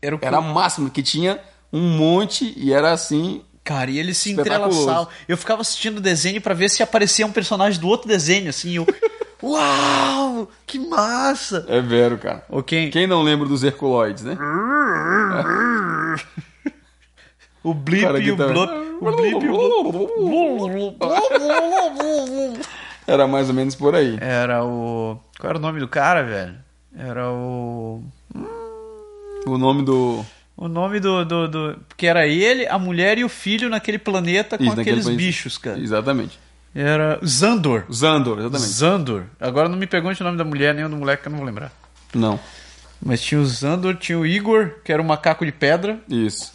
S3: Era o
S1: era máximo, que tinha um monte e era assim...
S3: Cara, e eles se
S1: Espetaculoso.
S3: entrelaçavam. Eu ficava assistindo o desenho pra ver se aparecia um personagem do outro desenho, assim. Eu... Uau! <laughs> Que massa!
S1: É vero, cara.
S3: Ok.
S1: Quem não lembra dos Herculoides, né?
S3: O blip
S1: Cara,
S3: e o
S1: que tá-
S3: blop. O blip e o blop.
S1: Era mais ou menos por aí.
S3: Era o. Qual era o nome do cara, velho? Era o.
S1: O nome do...
S3: O nome do, do, do. Porque era ele, a mulher e o filho naquele planeta com
S1: Isso, naquele
S3: aqueles
S1: país.
S3: bichos, cara.
S1: Exatamente.
S3: Era. Zandor.
S1: Zandor, exatamente.
S3: Zandor. Agora não me pergunte o nome da mulher nem o do moleque que eu não vou lembrar.
S1: Não,
S3: Mas tinha o Zandor, tinha o Igor, que era o macaco de pedra. <laughs>
S1: isso.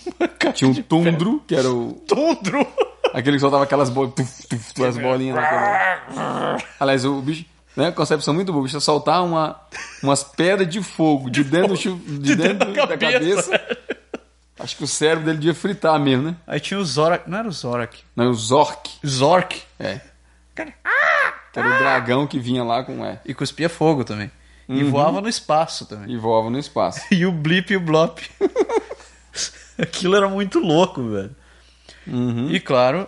S1: Tinha um Tundro, que era o...
S3: Tundro!
S1: Aquele que soltava aquelas bolas... Tuf, tuf, tuf, as bolinhas lá. aquela- Aliás, o bicho... Né, concepção muito boa. O bicho ia soltar uma, umas pedras de fogo de, dentro, do chu- de dentro da cabeça. Acho que o cérebro dele devia fritar mesmo, né?
S3: Aí tinha o Zorak. Não era o Zorak.
S1: Não, é o Zork.
S3: Zork.
S1: É. Que era o dragão que vinha lá com... É,
S3: E cuspia fogo também. E
S1: Uhum.
S3: voava no espaço também.
S1: e voava no espaço.
S3: E o Blip e o Blop. <laughs> Aquilo era muito louco, velho.
S1: Uhum.
S3: E claro,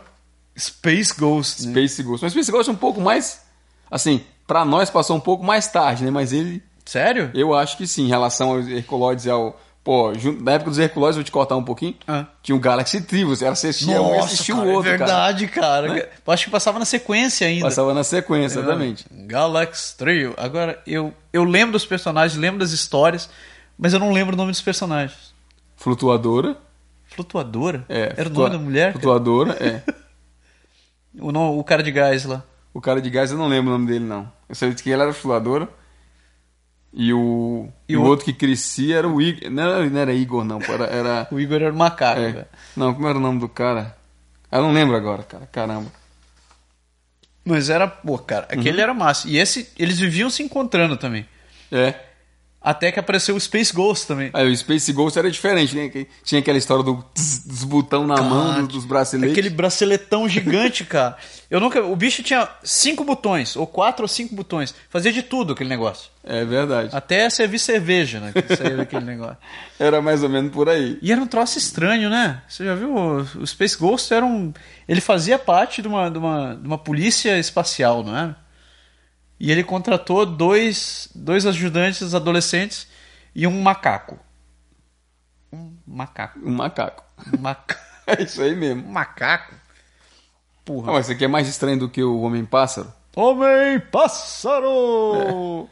S3: Space Ghost. né?
S1: Space Ghost. Mas Space Ghost é um pouco mais. Assim, pra nós passou um pouco mais tarde, né? Mas ele,
S3: Sério?
S1: eu acho que sim, em relação aos Herculoides e ao. Pô, junto, na época dos Herculoides, vou te cortar um pouquinho.
S3: Ah.
S1: Tinha o Galaxy Tribus, era assistia um e assistia o
S3: cara,
S1: outro,
S3: é
S1: cara.
S3: verdade, cara. Eu Acho que passava na sequência ainda. Ah,
S1: Passava na
S3: É.
S1: sequência, exatamente.
S3: Galax Trio. Agora, eu, eu lembro dos personagens, lembro das histórias, mas eu não lembro o nome dos personagens.
S1: Flutuadora.
S3: Flutuadora?
S1: É,
S3: Era o
S1: flutua-
S3: nome da mulher? cara?
S1: Flutuadora, é.
S3: <laughs> O, no- o cara de gás lá.
S1: O cara de gás, eu não lembro o nome dele, não. Eu sabia que ele era flutuadora. E o,
S3: E
S1: e o
S3: o-
S1: outro que crescia era o Igor. Não, não era Igor, não. pô, Era, era
S3: O Igor era o macaco,
S1: É.
S3: velho.
S1: Não, como era o nome do cara? Eu não lembro agora, cara. Caramba.
S3: Mas era, pô, cara, aquele era massa. E esse, eles viviam se encontrando também.
S1: É.
S3: Até que apareceu o Space Ghost também.
S1: Aí o Space Ghost era diferente, né? Que Tinha aquela história do tss, dos botão na mão do- dos braceletes.
S3: Aquele braceletão gigante, cara. Eu nunca. O bicho tinha cinco botões, ou quatro ou cinco botões. Fazia de tudo aquele negócio.
S1: É verdade.
S3: Até servir cerveja, né? Que saía daquele negócio.
S1: Era mais ou menos por aí.
S3: E era um troço estranho, né? Você já viu? O Space Ghost era um. Ele fazia parte de uma, de uma, de uma polícia espacial, não era? E ele contratou dois, dois ajudantes adolescentes e um macaco. Um macaco.
S1: Um macaco. <laughs>
S3: Um macaco.
S1: É isso aí mesmo.
S3: <laughs> um macaco?
S1: Ah, mas isso aqui é mais estranho do que o Homem-Pássaro?
S3: Homem pássaro!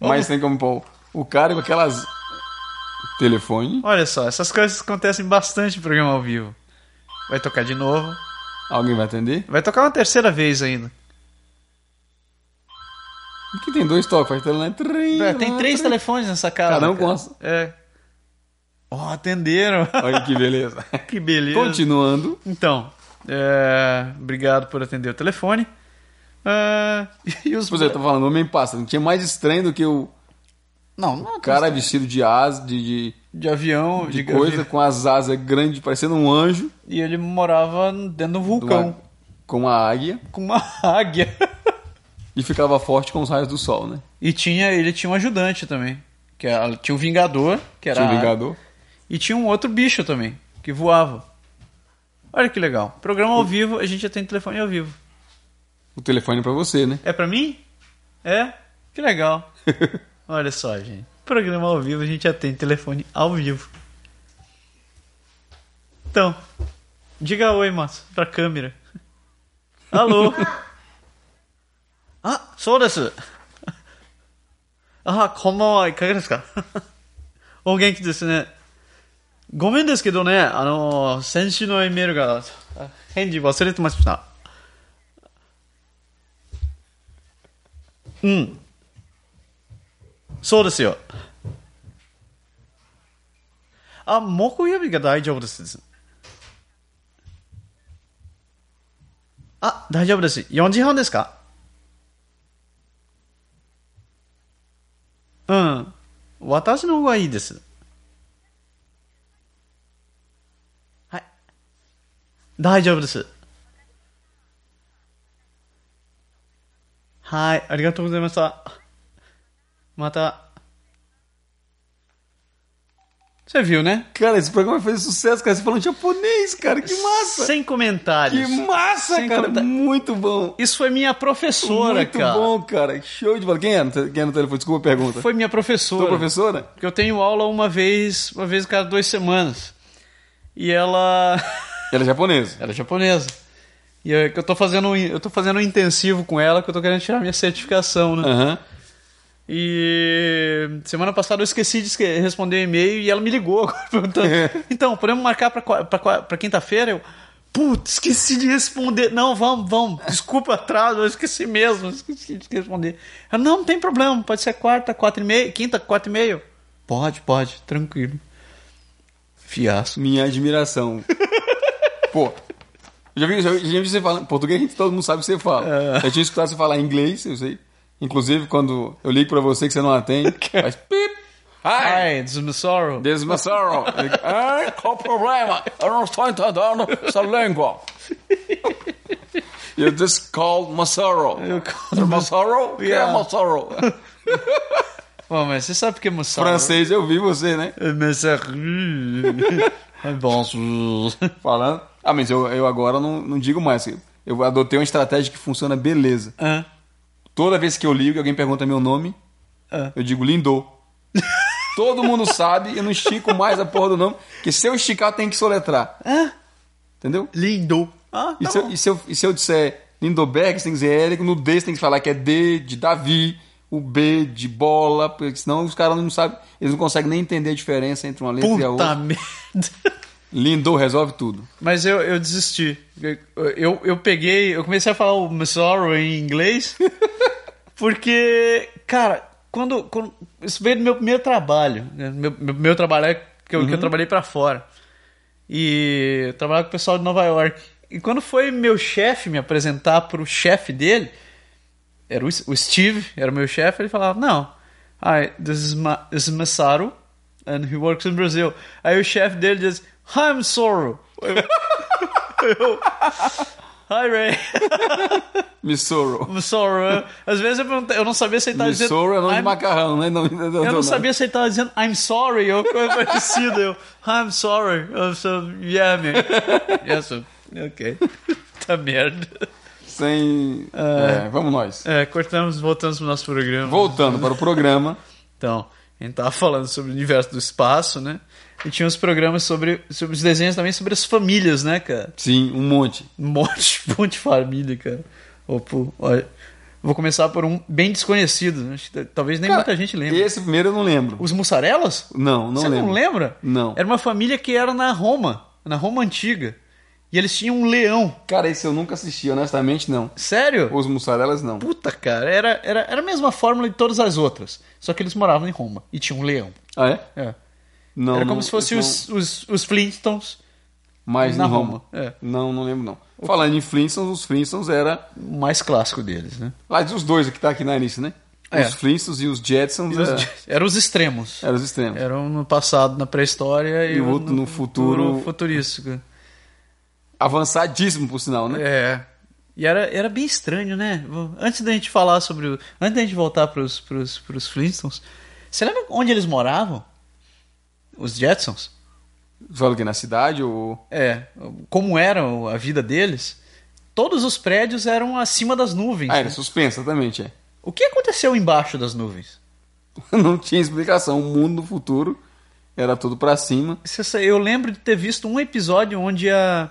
S1: Mas tem como pôr o cara com aquelas. Telefone.
S3: Olha só, essas coisas acontecem bastante no programa ao vivo. Vai tocar de novo.
S1: Alguém vai atender?
S3: Vai tocar uma terceira vez ainda.
S1: Porque tem dois toques, faz telefone. né? Trim,
S3: É, tem
S1: lá,
S3: três
S1: trim.
S3: telefones nessa casa.
S1: Cada um
S3: cara.
S1: com a sua.
S3: É. Ó, atenderam.
S1: Olha que beleza.
S3: <laughs> que beleza.
S1: Continuando.
S3: Então, é, obrigado por atender o telefone. Ah, e os...
S1: Pois é, eu tô falando, Homem-Pássaro. Tinha mais estranho do que o
S3: Não, não.
S1: cara vestido de asa, de, de-
S3: De avião,
S1: de
S3: de,
S1: coisa,
S3: gavi-
S1: com as asas grandes, parecendo um anjo.
S3: E ele morava dentro de um
S1: de
S3: vulcão.
S1: uma- com uma águia.
S3: Com uma águia. <laughs>
S1: E ficava forte com os raios do sol, né?
S3: E tinha, ele tinha um ajudante também. Que era- tinha o Vingador, que era.
S1: Tinha
S3: a
S1: o
S3: águia,
S1: Vingador.
S3: E tinha um outro bicho também, que voava. Olha que legal. Programa ao vivo, a gente já tem telefone ao vivo.
S1: O telefone pra você, né? <laughs>
S3: É pra mim? É? Que legal. Olha só, gente. Programa ao vivo, a gente atende telefone ao vivo. Então, diga oi, moço, pra câmera. Alô? ah, sou desse. Ah, como é que é Alguém que disse, né? ごめんですけどね、あの、先週の E メールが、あ返事忘れてました。うん。そうですよ。あ、木曜日が大丈夫です。あ、大丈夫です。4時半ですかうん。私の方がいいです。はい。大丈夫です。はい、ありがとうございました。また。Você viu, né?
S1: Cara, esse programa fez sucesso, cara. Você falando japonês, cara. Que massa!
S3: Sem
S1: Que
S3: comentários.
S1: massa,
S3: Sem
S1: cara.
S3: conta-
S1: Muito bom.
S3: Isso foi minha professora,
S1: Muito
S3: cara.
S1: bom, cara. Show de bola. Quem é, no te- quem é no telefone? Desculpa a pergunta.
S3: Foi minha professora.
S1: Sua professora?
S3: Porque eu tenho aula uma vez, uma vez a cada duas semanas. E ela. <laughs>
S1: Ela é japonesa.
S3: Ela é japonesa. E eu, que eu, tô fazendo, um- eu tô fazendo um intensivo com ela, que eu tô querendo tirar minha certificação, né?
S1: Aham.
S3: E semana passada eu esqueci de esque- responder o e-mail e ela me ligou <laughs>
S1: <laughs>
S3: agora perguntando. Então, podemos marcar pra, qua- pra, qua- pra quinta-feira? Eu. Putz, esqueci de responder. Não, vamos, vamos. Desculpa o atraso, eu esqueci mesmo. Esqueci de responder. Ela, não, não tem problema. Pode ser quarta, quatro e meia, quinta, quatro e meia. Pode, pode, tranquilo. Fiasco.
S1: Minha <laughs> admiração. Pô. Já vi, já, já vi você falando. Português, gente, todo mundo sabe o que você fala. Eu tinha escutado você falar inglês, eu sei. Inclusive, quando eu ligo pra você <laughs> que você não atende, faz pip. Ai,
S3: Ai, desmissoro.
S1: This is my sorrow. Ai, "Ah, qual o problema? Eu não estou entendendo essa língua. You just called my sorrow. You
S3: called
S1: my sorrow? Yeah,
S3: Yeah.
S1: my
S3: <laughs>
S1: sorrow.
S3: Bom, mas você sabe o que é missoro?
S1: Francês, eu vi você, <laughs> né?
S3: Mas é.
S1: <laughs>
S3: É bom.
S1: Falando. Ah, mas eu, eu agora não, não digo mais. Eu adotei uma estratégia que funciona beleza.
S3: Ah,
S1: Toda vez que eu ligo e alguém pergunta meu nome,
S3: ah.
S1: eu digo Lindô.
S3: <laughs>
S1: Todo mundo sabe, eu não estico mais a porra do nome, porque se eu esticar, tem que soletrar. Entendeu?
S3: Lindo. Ah,
S1: E
S3: tá
S1: se, eu,
S3: É? bom.
S1: e, se eu, e se eu disser Lindoberg, você tem que dizer Érico, no D você tem que falar que é D de Davi, o B de bola, porque senão os caras não sabem, eles não conseguem nem entender a diferença entre uma letra e a
S3: Puta
S1: outra. <laughs>
S3: merda.
S1: Lindô resolve tudo.
S3: Mas eu, eu desisti. Eu, eu, eu peguei. Eu comecei a falar o I'm sorry em inglês. Porque, cara, quando, quando- Isso veio do meu primeiro trabalho. né? Meu, meu, meu trabalho é que eu, que eu trabalhei pra fora. E eu trabalhava com o pessoal de Nova York. E quando foi meu chefe me apresentar pro chefe dele, Era o, o Steve, era o meu chefe, ele falava, não, hi, this is, Ma, this is Masaru, and he works in Brazil. Aí o chefe dele diz, I'm Soro. Eu, eu, hi, Ray. <laughs>
S1: Missoro.
S3: I'm Soro. Eu- Às vezes eu, perguntei- eu não sabia se ele estava dizendo...
S1: Missoro é nome de
S3: "I'm
S1: macarrão, né? Não, não,
S3: eu não
S1: não.
S3: sabia se ele tava dizendo I'm sorry
S1: <laughs>
S3: ou coisa parecida. Eu, I'm sorry. Eu sou, yeah, man. Yes, sir.
S1: <laughs>
S3: ok. tá merda.
S1: Sem. É, vamos nós.
S3: É, cortamos, voltamos pro nosso programa.
S1: Voltando para o programa.
S3: Então, a gente tava falando sobre o universo do espaço, né? E tinha uns programas sobre, sobre os desenhos também, sobre as famílias, né, cara?
S1: Sim, um monte.
S3: Um monte, <laughs> um monte de família, cara. Ou, pô, olha, vou começar por um bem desconhecido. né? Acho que Talvez nem
S1: Cara,
S3: muita gente lembre.
S1: Esse primeiro eu não lembro.
S3: Os mussarelas?
S1: Não, não
S3: Você
S1: lembro.
S3: não lembra?
S1: Não.
S3: Era uma família que era na Roma, na Roma antiga. E eles tinham um leão.
S1: Cara, esse eu nunca assisti, honestamente não.
S3: Sério?
S1: Os mussarelas não.
S3: Puta, cara, era, era, era a mesma fórmula de todas as outras. Só que eles moravam em Roma e tinham um leão.
S1: Ah, é?
S3: É.
S1: Não. não,
S3: era
S1: então-
S3: como se fossem
S1: esse
S3: os, os, os Flintstones.
S1: não. Mais
S3: na
S1: em
S3: Roma,
S1: Roma.
S3: é.
S1: Não, não lembro não. Falando em Flintstones, os Flintstones era.
S3: O mais clássico deles, né?
S1: Lá dos dois que tá aqui na lista, né?
S3: É.
S1: Os Flintstones e os Jetsons
S3: Eram
S1: era-
S3: os- É. Eram os extremos.
S1: eram os extremos.
S3: Eram no passado, na pré-história e,
S1: É. E o outro no futuro-
S3: futurístico.
S1: Avançadíssimo, por sinal, né?
S3: É. E era, era bem estranho, né? Vou- Antes da gente falar sobre o. Antes da gente voltar pros, pros, pros Flintstones, você lembra onde eles moravam? Os Jetsons?
S1: Fala o quê? Na cidade ou.
S3: É. Como era o- a vida deles? Todos os prédios eram acima das nuvens.
S1: Ah,
S3: né?
S1: era suspensa, exatamente, é. <laughs>
S3: O que aconteceu embaixo das nuvens?
S1: Não tinha explicação. O mundo do futuro era todo pra cima.
S3: Você sa- Eu lembro de ter visto um episódio onde a,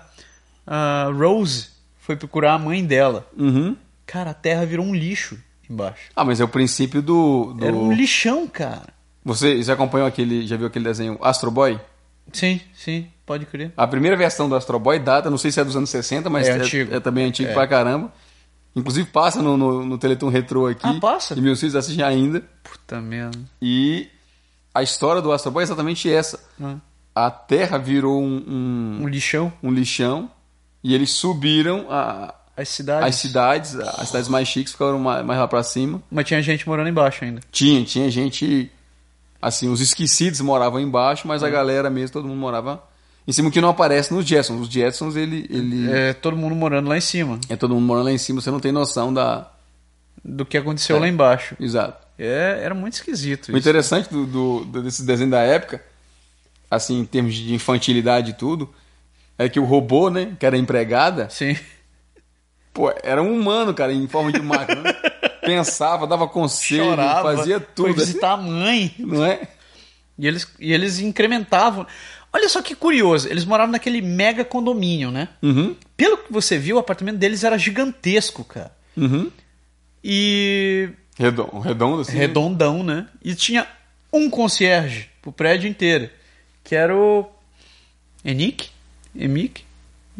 S3: a Rose foi procurar a mãe dela.
S1: Uhum.
S3: Cara, a terra virou um lixo embaixo.
S1: Ah, mas é o princípio do. do...
S3: Era um lixão, cara.
S1: Você já acompanhou aquele. Já viu aquele desenho Astro Boy?
S3: Sim, sim, pode crer.
S1: A primeira versão do Astro Boy data, não sei se é dos anos 60, mas
S3: É
S1: é,
S3: antigo.
S1: é também antigo
S3: É.
S1: pra caramba. Inclusive passa no, no, no Teleton Retro aqui.
S3: Ah, passa?
S1: E meus filhos assistem ainda.
S3: Puta merda.
S1: E a história do Astro Boy é exatamente essa.
S3: Hum.
S1: A Terra virou um, um,
S3: Um lixão.
S1: um lixão e eles subiram a,
S3: As cidades.
S1: as cidades, as cidades mais chiques ficaram ma- mais lá pra cima.
S3: Mas tinha gente morando embaixo ainda.
S1: Tinha, tinha gente. Assim, os esquecidos moravam embaixo,
S3: É.
S1: mas a galera mesmo, todo mundo morava em cima, que não aparece nos Jetsons. Os Jetsons, ele. ele...
S3: É, todo mundo morando lá em cima.
S1: É todo mundo morando lá em cima, você não tem noção da.
S3: Do que aconteceu
S1: É.
S3: lá embaixo.
S1: Exato.
S3: É, era muito esquisito
S1: O
S3: isso.
S1: interessante do, do- do- desse desenho da época, assim, em termos de infantilidade e tudo, é que o robô, né, que era a empregada,
S3: Sim.
S1: pô, era um humano, cara, em forma de máquina.
S3: <laughs>
S1: né? Pensava, dava conselho,
S3: Chorava.
S1: fazia tudo. né?
S3: Foi visitar a mãe.
S1: <laughs> Não é?
S3: E eles, e eles incrementavam. Olha só que curioso. Eles moravam naquele mega condomínio, né?
S1: Uhum.
S3: Pelo que você viu, o apartamento deles era gigantesco, cara.
S1: Uhum.
S3: E
S1: Redondo, redondo assim. né?
S3: redondão, né? E tinha um concierge pro prédio inteiro, que era o Enik, Emik,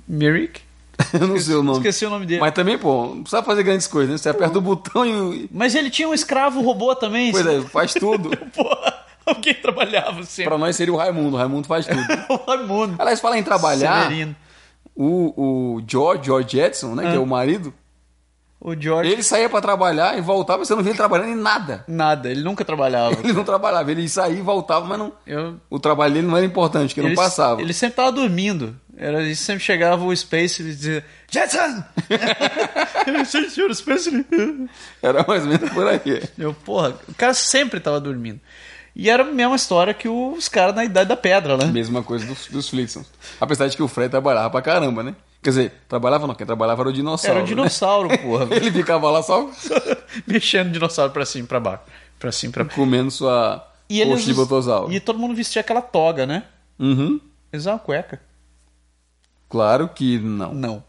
S3: Mirik.
S1: <laughs> Eu não sei o nome.
S3: Esqueci o nome dele. Mas,
S1: Mas também, pô, não precisa fazer grandes coisas, né? Você aperta o botão e.
S3: <laughs>
S1: e-
S3: ele tinha um escravo robô também.
S1: Pois é, faz
S3: <laughs>
S1: tudo.
S3: Porra, alguém trabalhava sempre.
S1: pra nós seria o Raimundo, o Raimundo faz tudo.
S3: <laughs> o Raimundo.
S1: Aliás, falar em trabalhar.
S3: Severino. Hum.
S1: o, o George, George Edson, né, que é o marido,
S3: O George,
S1: ele saía pra trabalhar e voltava, você não via ele trabalhando em nada.
S3: nada, ele nunca trabalhava.
S1: Ele não trabalhava, ele saía e voltava, mas não,
S3: Eu,
S1: o trabalho dele não era importante, que não
S3: ele,
S1: passava.
S3: Ele sempre tava dormindo. Era, ele sempre chegava o Space e dizia:
S1: <laughs>
S3: Jetson! <laughs> Eu sei, senhor Space.
S1: Era mais ou menos por aí. <laughs>
S3: Eu, porra, o cara sempre tava dormindo. E era a mesma história que os caras na Idade da Pedra, né?
S1: Mesma coisa dos, dos Flintstones. Apesar de que o Fred trabalhava pra caramba, né? Quer dizer, trabalhava não, quem trabalhava era o dinossauro.
S3: Era o <laughs> dinossauro, né? porra.
S1: né? <laughs> Ele ficava lá só
S3: <laughs> Mexendo o dinossauro pra cima e pra baixo. Pra cima e pra baixo.
S1: comendo sua
S3: E, eles-
S1: coxa de botossauro.
S3: e todo mundo vestia aquela toga, né?
S1: Uhum.
S3: Eles usavam cueca.
S1: Claro que não.
S3: Não.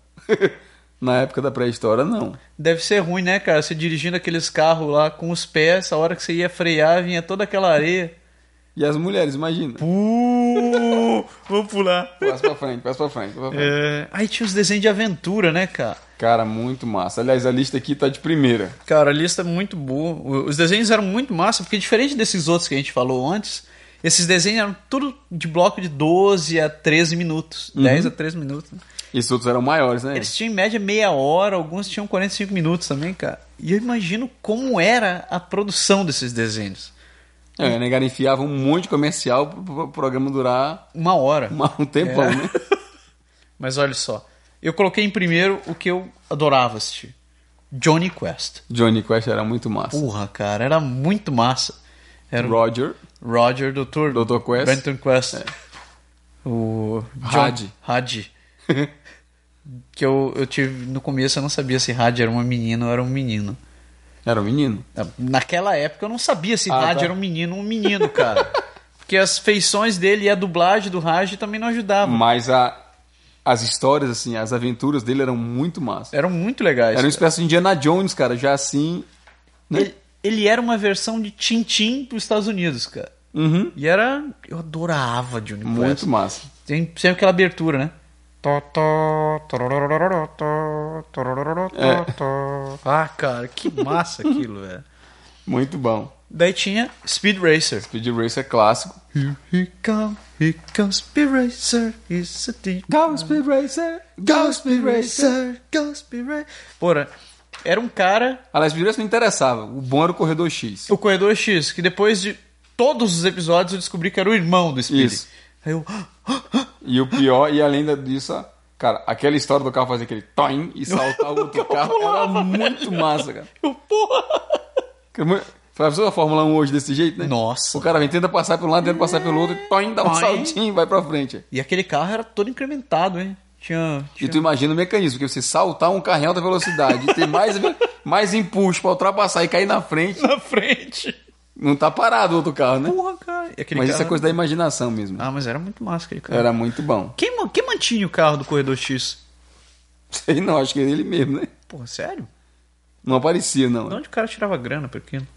S1: Na época da pré-história, não.
S3: Deve ser ruim, né, cara? Você dirigindo aqueles carros lá com os pés, a hora que você ia frear, vinha toda aquela areia.
S1: E as mulheres, imagina.
S3: <laughs> Uh, vou pular.
S1: Passa pra frente, passa pra frente. Passa pra frente.
S3: É, Aí tinha os desenhos de aventura, né, cara?
S1: Cara, muito massa. Aliás, a lista aqui tá de primeira.
S3: Cara, a lista é muito boa. O- Os desenhos eram muito massa, porque diferente desses outros que a gente falou antes, esses desenhos eram tudo de bloco de 12 a 13 minutos.
S1: Uhum.
S3: 10 a 13 minutos. né?
S1: Esses outros eram maiores, né?
S3: Eles tinham em média meia hora, alguns tinham 45 minutos também, cara. E eu imagino como era a produção desses desenhos.
S1: É, né, cara, enfiava um monte de comercial pro, pro programa durar
S3: Uma hora.
S1: uma- um tempão,
S3: É.
S1: né?
S3: <laughs> Mas olha só. Eu coloquei em primeiro o que eu adorava assistir. Johnny Quest.
S1: Johnny Quest era muito massa.
S3: Porra, cara, era muito massa. Era um o
S1: Roger,
S3: Roger, Dr.
S1: Dr. Quest. É.
S3: Benton Quest. O John-
S1: Hadi. <laughs>
S3: Hadi. que eu, eu tive no começo eu não sabia se Hadi era uma menina ou era um menino.
S1: era um menino.
S3: Naquela época eu não sabia se
S1: Ah,
S3: Hadi
S1: tá.
S3: era um menino ou um menino, cara. Porque as feições dele e a dublagem do Hadi também não ajudavam.
S1: Mas a, as histórias, assim, as aventuras dele eram muito massas.
S3: Eram muito legais.
S1: Era um uma
S3: cara.
S1: espécie de Indiana Jones, cara, já assim. né?
S3: ele, ele era uma versão de Tintim pros Estados Unidos, cara.
S1: Uhum.
S3: E era. Eu adorava Johnny Quest.
S1: Muito massa.
S3: Tem sempre aquela abertura, né?
S6: Tó, tó, tororororó, tó, torororó, tó,
S1: É.
S6: tó.
S3: Ah, cara, que massa aquilo, <laughs> velho.
S1: Muito bom.
S3: Daí tinha Speed Racer.
S1: Speed Racer é clássico.
S3: Here he comes, here comes Speed Racer, he's a thief.
S1: Go Speed Racer! Go Speed Racer!
S3: go Speed Racer. Porra, era um cara,
S1: Aliás, Speed Racer não interessava. O bom era o Corredor X.
S3: o Corredor X, que depois de todos os episódios eu descobri que era o irmão do Speed.
S1: Isso.
S3: Aí eu, <gasps>
S1: E o pior, e além disso, a- cara, aquela história do carro fazer aquele toim e saltar
S3: <laughs>
S1: o outro carro era muito massa, cara.
S3: eu porra.
S1: Porque mu- Pra pessoa da Fórmula 1 hoje desse jeito, né?
S3: Nossa.
S1: O cara vem, tenta passar por um lado, tenta passar pelo outro, e toim, dá um
S3: Toim.
S1: saltinho e vai pra frente.
S3: E aquele carro era todo incrementado, hein? Tinha,
S1: E
S3: tinha
S1: tu imagina o mecanismo, porque você saltar um carro em alta velocidade e ter mais, <laughs> mais impulso pra ultrapassar e cair na frente,
S3: <laughs> na frente.
S1: não tá parado o outro carro, né?
S3: Porra, cara. E aquele
S1: Mas
S3: carro...
S1: isso é coisa da imaginação mesmo.
S3: né? Ah, mas era muito massa aquele carro.
S1: Era muito bom. <laughs>
S3: Quem, ma- quem mantinha o carro do Corredor X?
S1: Sei não, acho que era ele mesmo, né?
S3: Porra, sério?
S1: Não aparecia, não.
S3: De onde o cara tirava grana pra aquilo?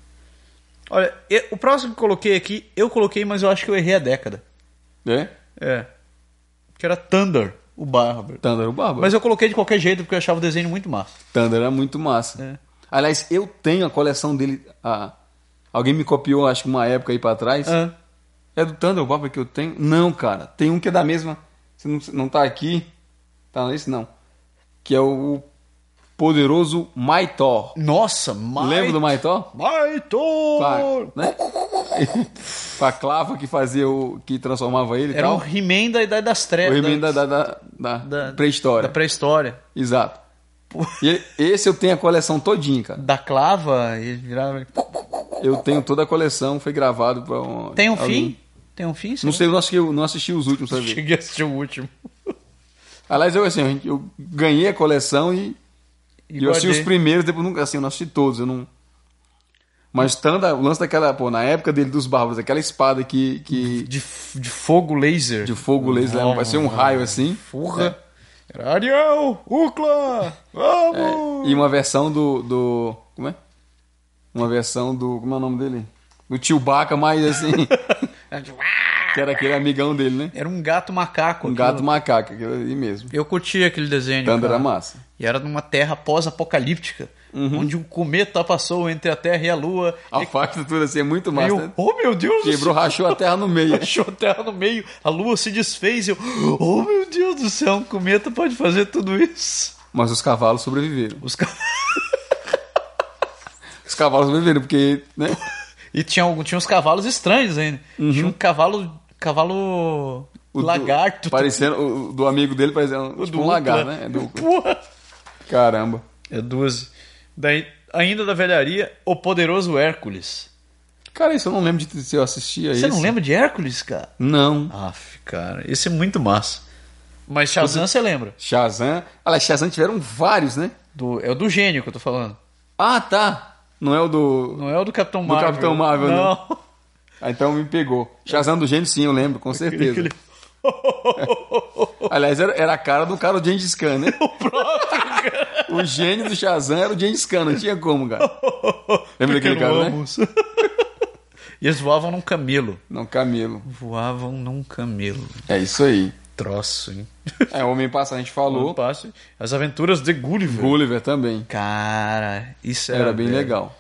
S3: Olha, e- o próximo que eu coloquei aqui, eu coloquei, mas eu acho que eu errei a década.
S1: É?
S3: É. Que era Thunder, o Bárbaro.
S1: Thunder o Bárbaro.
S3: Mas eu coloquei de qualquer jeito porque eu achava o desenho muito massa.
S1: Thunder era muito massa.
S3: É.
S1: Aliás, eu tenho a coleção dele. a- Alguém me copiou, acho que uma época aí pra trás.
S3: Ah,
S1: É do Thunder o Bárbaro que eu tenho? Não, cara. Tem um que é da mesma. Você não, não tá aqui. Tá nesse não. Que é o poderoso Maitor.
S3: Nossa, Mai...
S1: Lembra do Maitor?
S3: Maitor!
S1: Claro,
S3: <laughs>
S1: né? Com a clava que fazia o. que transformava ele e
S3: Era
S1: tal.
S3: um He-Man da Idade das
S1: Então, O
S3: Trevas.
S1: He-Man da, da, da, da
S3: É, da-
S1: pré-história.
S3: Da pré-história.
S1: Exato. E esse eu tenho a coleção todinha, cara.
S3: Da clava, ele virava...
S1: Eu tenho toda a coleção, foi gravado pra um.
S3: Tem um
S1: alguém.
S3: fim? Tem um fim?
S1: Não
S3: será?
S1: sei, eu não assisti, eu não assisti os últimos, sabe?
S3: Cheguei a assistir o último.
S1: Aliás, eu assim, eu ganhei a coleção e, e eu assisti os
S3: guardei.
S1: primeiros, depois nunca assim, eu não assisti todos, eu não. Mas tanto o lance daquela, pô, na época dele dos bárbaros, aquela espada que. que
S3: de, f- de fogo laser.
S1: de fogo laser, vai ser um raio assim.
S3: Porra. Era Ariel, Ucla, vamos!
S1: E uma versão do. do como é? Uma versão do. Como é o nome dele? Do tio Baca, mais assim. <laughs> que era aquele amigão dele, né?
S3: Era um gato macaco.
S1: Um
S3: aquilo.
S1: gato macaco, aquilo ali mesmo.
S3: Eu curtia aquele desenho.
S1: Thunder
S3: cara.
S1: era massa.
S3: E era numa terra pós-apocalíptica,
S1: Uhum.
S3: onde um cometa passou entre a Terra e a Lua.
S1: A faca tudo assim é muito
S3: e
S1: massa.
S3: eu,
S1: né?
S3: oh meu Deus! do
S1: Quebrou,
S3: céu, <laughs>
S1: rachou a terra no meio.
S3: Achou a Terra no meio, a Lua se desfez. e Eu, oh meu Deus do céu, um cometa pode fazer tudo isso.
S1: Mas os cavalos sobreviveram.
S3: Os caras.
S1: Os cavalos sobreviveram, porque, né?
S3: <laughs> E tinha, algum- tinha uns cavalos estranhos ainda. Tinha um cavalo. Cavalo.
S1: Uhum. o do-
S3: lagarto.
S1: Parecendo, o o do amigo dele parecendo
S3: O
S1: tipo
S3: do
S1: um lagarto,
S3: Ucla.
S1: né? É do-
S3: Porra!
S1: Caramba.
S3: É 12. Daí, ainda da velharia, o poderoso Hércules.
S1: Cara, isso eu não lembro de ter- se eu assistia
S3: Você
S1: isso.
S3: não lembra de Hércules, cara?
S1: Não.
S3: Aff, cara, esse é muito massa. Mas Shazam você lembra?
S1: Shazam. Aliás, Shazam tiveram vários, né?
S3: Do, é o do gênio que eu tô falando.
S1: Ah, tá. Não é o do...
S3: Não é o do Capitão
S1: Do
S3: Marvel.
S1: Capitão Marvel,
S3: não. <laughs>
S1: Ah, então me pegou. Shazam do gênio, sim, eu lembro, com certeza.
S3: <laughs> Aquele-
S1: Aliás, era, era a cara do cara do James Khan, né? O próprio O gênio do Shazam era o James Khan, não tinha como, cara. Lembra daquele
S3: Pequeno
S1: cara, né?
S3: Amos. E eles voavam num camelo.
S1: Não, Camilo.
S3: Voavam num camelo.
S1: É isso aí.
S3: Troço, hein?
S1: É, Homem Passa, a gente falou.
S3: Um passe. As aventuras de Gulliver.
S1: Gulliver também.
S3: Cara, isso era,
S1: Era bem
S3: velho.
S1: legal.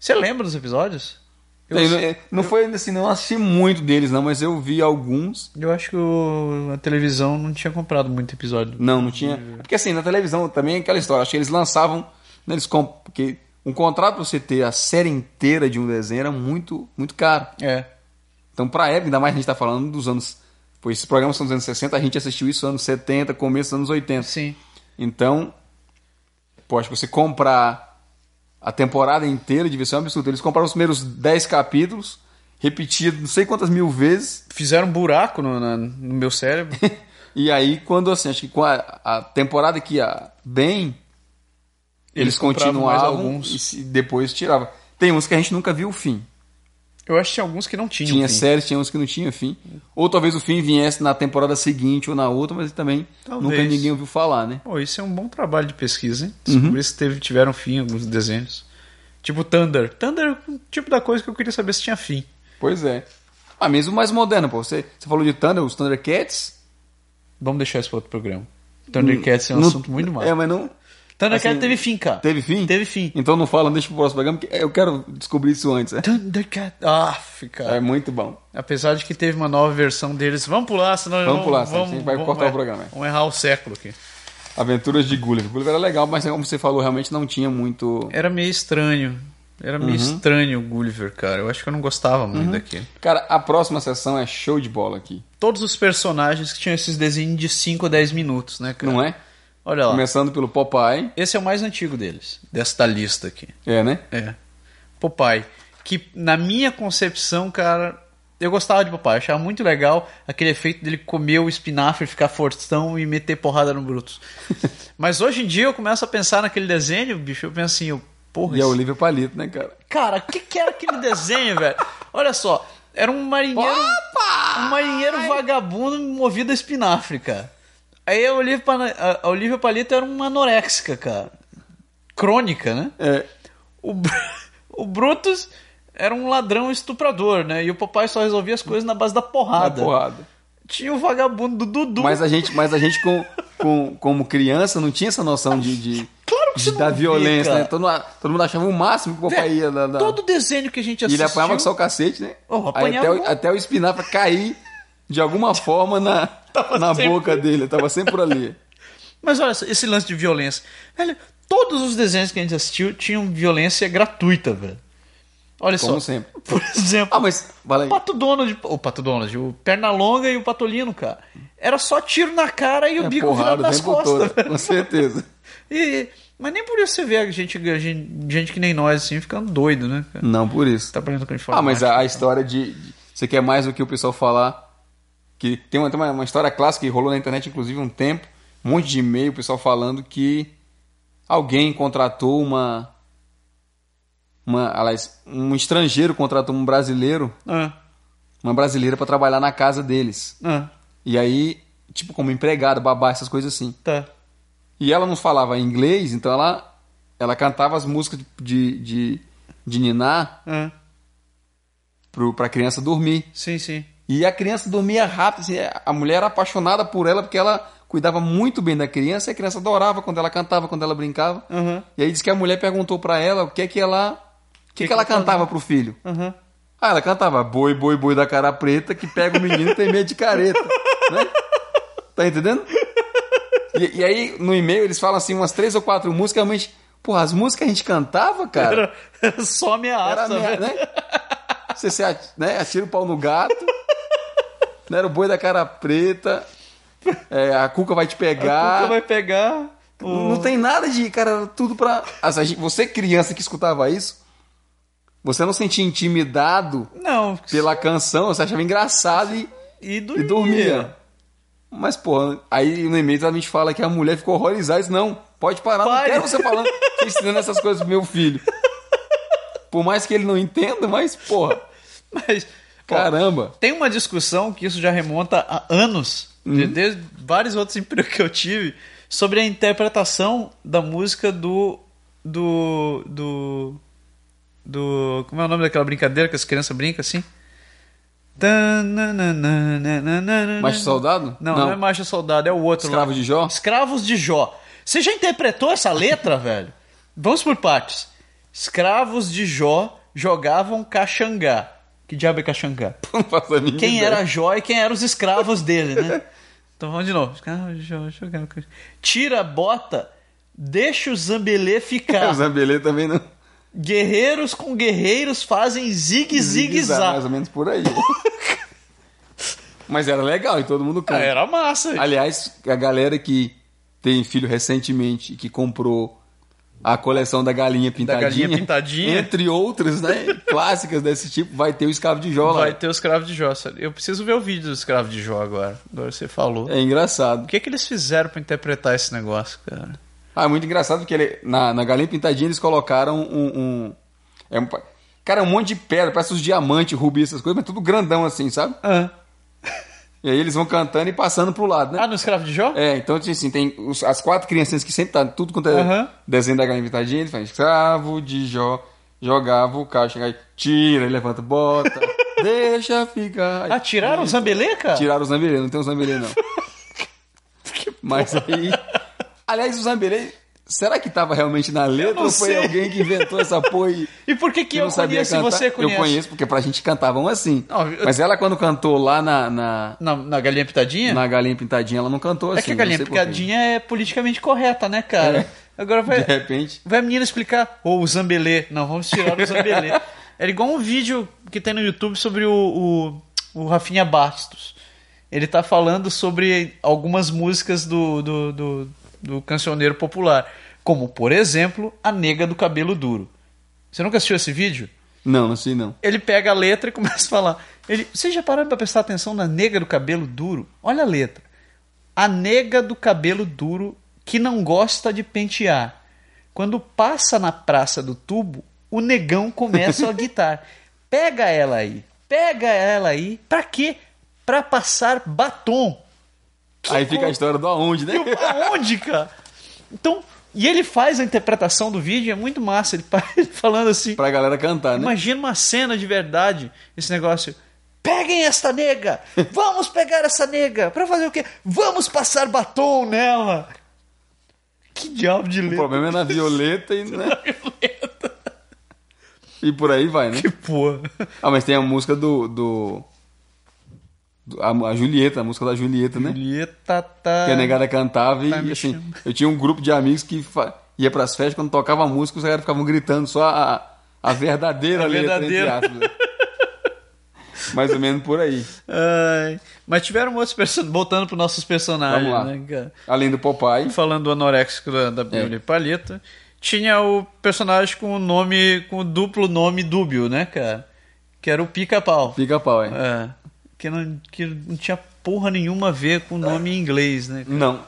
S3: Você lembra dos episódios? é. Eu,
S1: Bem, não- é, não foi assim, não assisti muito deles, não, mas eu vi alguns.
S3: eu acho que o- a televisão não tinha comprado muito episódio.
S1: Não, não tinha. Porque assim, na televisão também é aquela história. Acho que eles lançavam. né, eles comp... Porque Um contrato pra você ter a série inteira de um desenho era muito, muito caro.
S3: É.
S1: Então, pra época, ainda mais a gente tá falando dos anos. Pois esses programas são dos anos 60, a gente assistiu isso anos 70, começo dos anos 80.
S3: Sim.
S1: Então, pô, acho que você comprar a temporada inteira de versão é um absurdo. Eles compraram os primeiros 10 capítulos, repetido não sei quantas mil vezes,
S3: Fizeram um buraco no, na- no
S1: <laughs>
S3: meu cérebro.
S1: e aí quando assim, acho que com a, a temporada que ia bem, eles,
S3: Eles compravam mais
S1: continuavam
S3: alguns.
S1: e se- depois tirava. Tem uns que a gente nunca viu o fim.
S3: Eu acho que tinha alguns que não tinham.
S1: Tinha
S3: fim.
S1: séries, tinha uns que não tinha fim. Ou talvez o fim viesse na temporada seguinte ou na outra, mas também
S3: Talvez.
S1: nunca ninguém ouviu falar, né?
S3: Pô, isso é um bom trabalho de pesquisa, hein?
S1: Uhum.
S3: Descobrir se teve, tiveram fim alguns desenhos. Tipo Thunder. Thunder é um tipo da coisa que eu queria saber se tinha fim.
S1: Pois é. Ah, mesmo mais moderna, pô. Você, você falou de Thunder, os Thundercats.
S3: Vamos deixar isso para outro programa. Thundercats é um
S1: Não-
S3: assunto muito mal.
S1: É, mas não.
S3: Thundercats
S1: assim,
S3: teve fim, cara.
S1: Teve fim?
S3: Teve fim.
S1: Então não fala, deixa pro próximo programa, que eu quero descobrir isso antes. É,
S3: Thundercats. Ah, cara.
S1: é muito bom.
S3: Apesar de que teve uma nova versão deles. Vamos pular, senão
S1: Vamos
S3: não-
S1: pular, senão a gente vai cortar o programa, é.
S3: Vamos errar o século aqui.
S1: Aventuras de Gulliver. Gulliver era legal, mas como você falou, realmente não tinha muito.
S3: Era meio estranho. Era
S1: Uhum.
S3: meio estranho o Gulliver, cara. Eu acho que eu não gostava muito daquilo.
S1: Cara, a próxima sessão é show de bola aqui,
S3: Todos os personagens que tinham esses desenhos de 5 a 10 minutos, né, cara?
S1: não é?
S3: Olha lá.
S1: Começando pelo Popeye.
S3: Esse é o mais antigo deles, desta lista aqui.
S1: É, né?
S3: É. Popeye. Que na minha concepção, cara, eu gostava de Popeye. Achava muito legal aquele efeito dele comer o espinafre, ficar fortão e meter porrada no Brutus. Mas hoje em dia eu começo a pensar naquele desenho, bicho. Eu penso assim, eu,
S1: E
S3: porra,
S1: é
S3: esse-
S1: o Olivia Palito, né, cara?
S3: Cara, o que, que era aquele desenho, velho? Olha só, era um marinheiro. Um marinheiro vagabundo movido a espinafre, cara. Aí a Olivia, Pana- a- a Olivia Palito era uma anoréxica, cara. Crônica, né?
S1: É.
S3: O, Br- o Brutus era um ladrão estuprador, né? E o papai só resolvia as coisas na base da
S1: Na
S3: porrada.
S1: porrada.
S3: Tinha o vagabundo do Dudu.
S1: Mas a gente, mas a gente com, com, como criança não tinha essa noção de, de-
S3: Claro que
S1: de-
S3: você não
S1: da
S3: vê,
S1: violência,
S3: cara.
S1: né? Todo, todo mundo achava o máximo que o papai ia da, da-
S3: Todo desenho que a gente
S1: E ele
S3: assistiu...
S1: apanhava só o cacete, né?
S3: Oh,
S1: Aí
S3: apanhava
S1: até, o,
S3: muito.
S1: até o espinafre cair de alguma forma na, na
S3: sempre-
S1: boca dele. Tava sempre por ali.
S3: Mas olha, só, esse lance de violência. Velho, todos os desenhos que a gente assistiu tinham violência gratuita, velho. Olha
S1: Como
S3: só.
S1: sempre.
S3: Por exemplo,
S1: Ah, mas. Fala aí.
S3: o Pato Donald. O Pato Donald, o Pernalonga e o Patolino, cara. Era só tiro na cara e o
S1: É
S3: bico virado nas costas.
S1: com certeza.
S3: E, mas nem por isso você vê a gente, a gente, gente que nem nós, assim, ficando doido, né? cara?
S1: Não, por isso.
S3: Tá aprendendo com a gente
S1: Ah, mas a, a história de. de- Você quer mais do que o pessoal falar? Que tem uma, tem uma, uma história clássica que rolou na internet, inclusive, um tempo. Um monte de e-mail, o pessoal falando que alguém contratou uma. uma aliás, um estrangeiro contratou um brasileiro,
S3: Ah,
S1: uma brasileira pra trabalhar na casa deles.
S3: ah,
S1: E aí, tipo, como empregada, babá, essas coisas assim.
S3: tá.
S1: E ela não falava inglês, então ela, ela cantava as músicas de, de, de Niná
S3: Ah,
S1: pro, pra criança dormir.
S3: sim, sim.
S1: E a criança dormia rápido, assim, a mulher era apaixonada por ela porque ela cuidava muito bem da criança e a criança adorava quando ela cantava, quando ela brincava.
S3: Aham,
S1: E aí diz que a mulher perguntou pra ela o que é que ela. O que, que ela cantava pro filho?
S3: aham.
S1: Ah, ela cantava boi, boi, boi da cara preta que pega o menino e tem medo de careta. né? Tá entendendo? E, e aí, no e-mail, eles falam assim, umas três ou quatro músicas, realmente. Porra, as músicas que a gente cantava, cara.
S3: Era, <laughs> era só
S1: Era,
S3: ameaça,
S1: merda,
S3: velho.
S1: né? Você se ati- né? atira o pau no gato. <laughs> Né? Era o boi da cara preta. é, a cuca vai te pegar.
S3: Nunca vai pegar. o-
S1: Não tem nada de, cara, tudo pra. As- a gente- Você, criança que escutava isso, você não sentia intimidado
S3: Não,
S1: pela canção, você achava engraçado e,
S3: e
S1: e
S3: dormia.
S1: dormia. Mas, porra, aí no e-mail a gente fala que a mulher ficou horrorizada e disse, não, pode parar,
S3: Pare.
S1: não quero você falando, você ensinando essas coisas pro meu filho. Por mais que ele não entenda, mas, porra,
S3: Mas, pô,
S1: caramba.
S3: tem uma discussão que isso já remonta a anos, de- desde vários outros empregos que eu tive, sobre a interpretação da música do. do. do. do. Como é o nome daquela brincadeira que as crianças brincam assim?
S1: Macho
S3: Macho
S1: Soldado?
S3: Não, não, é Macho Soldado, é o outro.
S1: Escravo
S3: lá.
S1: de Jó? <laughs>
S3: Escravos de Jó. Você já interpretou essa letra, velho? Vamos por partes. Escravos de Jó jogavam caxangá. Que diabo é caxangá?
S1: Não faço a mínima
S3: quem
S1: ideia.
S3: era Jó e quem eram os escravos dele, né? <laughs> Então vamos de novo. Escravos de Jó jogavam caxangá. Tira a bota, deixa o zambelê
S1: O
S3: ficar. <laughs>
S1: Zambelê também não.
S3: Guerreiros com guerreiros fazem
S1: Mais
S3: zigue-zigue-zag.
S1: ou menos por aí. Mas era legal e todo mundo
S3: Ah,
S1: canta.
S3: Era massa.
S1: Aliás, a galera que tem filho recentemente e que comprou a coleção da galinha pintadinha,
S3: Galinha Pintadinha.
S1: entre outras,
S3: <laughs>
S1: né, clássicas desse tipo, vai ter o escravo de Jó
S3: Vai
S1: lá.
S3: ter o escravo de Jó. sabe? Eu preciso ver o vídeo do escravo de Jó agora. Agora você falou.
S1: É engraçado.
S3: O que, que eles fizeram pra interpretar esse negócio, cara?
S1: Ah, é muito engraçado porque ele- na, na galinha pintadinha eles colocaram um, um- é um pa- cara, um monte de pedra, parece uns diamantes, rubi, essas coisas, mas tudo grandão assim, sabe?
S3: Ah,
S1: E aí eles vão cantando e passando pro lado, né?
S3: Ah, no escravo de Jó?
S1: É, então assim, tem os- as quatro criancinhas que sempre tá tudo quanto é
S3: Aham.
S1: desenho da galinha pintadinha, ele faz escravo de Jó, jogava o carro, chega aí, tira, ele levanta,
S3: <laughs>
S1: bota, deixa ficar.
S3: Ah, tiraram o Zambelê, cara?
S1: Tiraram os Zambelê, não tem os Zambelê
S3: <laughs>
S1: não. Mas aí, aliás, os Zambelê, será que tava realmente na letra
S3: não
S1: ou foi
S3: sei.
S1: alguém que inventou essa porra e...
S3: E por <laughs> que que
S1: que
S3: eu
S1: não sabia
S3: conheço e
S1: cantar?
S3: você conhece?
S1: Eu conheço, porque pra gente cantavam assim.
S3: Não, eu-
S1: Mas ela, quando cantou lá na, na,
S3: Na, na Galinha Pitadinha?
S1: na Galinha Pintadinha, ela não cantou assim.
S3: é que a
S1: não
S3: Galinha
S1: sei por quê.
S3: Pitadinha é politicamente correta, né, cara?
S1: É.
S3: Agora vai...
S1: De repente...
S3: Vai a menina explicar, ou o Zambelê. Não, vamos tirar
S1: <laughs>
S3: o Zambelê. Era igual um vídeo que tem no YouTube sobre o, o, o Rafinha Bastos. Ele tá falando sobre algumas músicas do, do, do, do cancioneiro popular. Como, por exemplo, A Nega do Cabelo Duro. Você nunca assistiu esse vídeo?
S1: Não, não sei não.
S3: Ele pega a letra e <laughs> começa a falar. Ele, vocês já pararam pra prestar atenção na nega do cabelo duro? Olha a letra. A nega do cabelo duro que não gosta de pentear. Quando passa na praça do tubo, o negão
S1: <laughs>
S3: começa a gritar. Pega ela aí. Pega ela aí. Pra quê? Pra passar batom.
S1: Aí fica a <laughs>
S3: coisa.
S1: história do aonde, né?
S3: E eu, aonde, cara? Então, e ele faz a interpretação do vídeo, é muito massa. Ele, <laughs> pa- ele falando
S1: <laughs>
S3: assim.
S1: pra galera cantar, né?
S3: Imagina uma cena de verdade, esse negócio. Peguem esta nega! Vamos pegar essa nega! Pra fazer o quê? Vamos passar batom nela! Que diabo de
S1: O
S3: letra
S1: problema é na Violeta <laughs> e, né?
S3: <laughs>
S1: e por aí vai, né?
S3: que porra!
S1: Ah, mas tem a música do. do, do- a, a Julieta, a música da Julieta, né?
S3: Julieta tá.
S1: Que é a negada cantava
S3: Tá, me
S1: e assim.
S3: chama.
S1: Eu tinha um grupo de amigos que fa- ia pras festas, quando tocava a música, os caras ficavam gritando só a, a verdadeira
S3: A
S1: letra,
S3: verdadeira.
S1: entre aspas. né? Mais ou menos por aí.
S3: Ai, mas tiveram outros personagens. Voltando pros nossos personagens,
S1: Vamos lá. É.
S3: né, cara?
S1: Além do Popeye.
S3: Falando do anoréxico da, da Billy Palheta, tinha o personagem com o nome. com o duplo nome dúbio, né, cara? Que era o pica-pau.
S1: Pica-pau, é.
S3: É, que não, que não tinha porra nenhuma a ver com o nome em inglês, né?
S1: Não.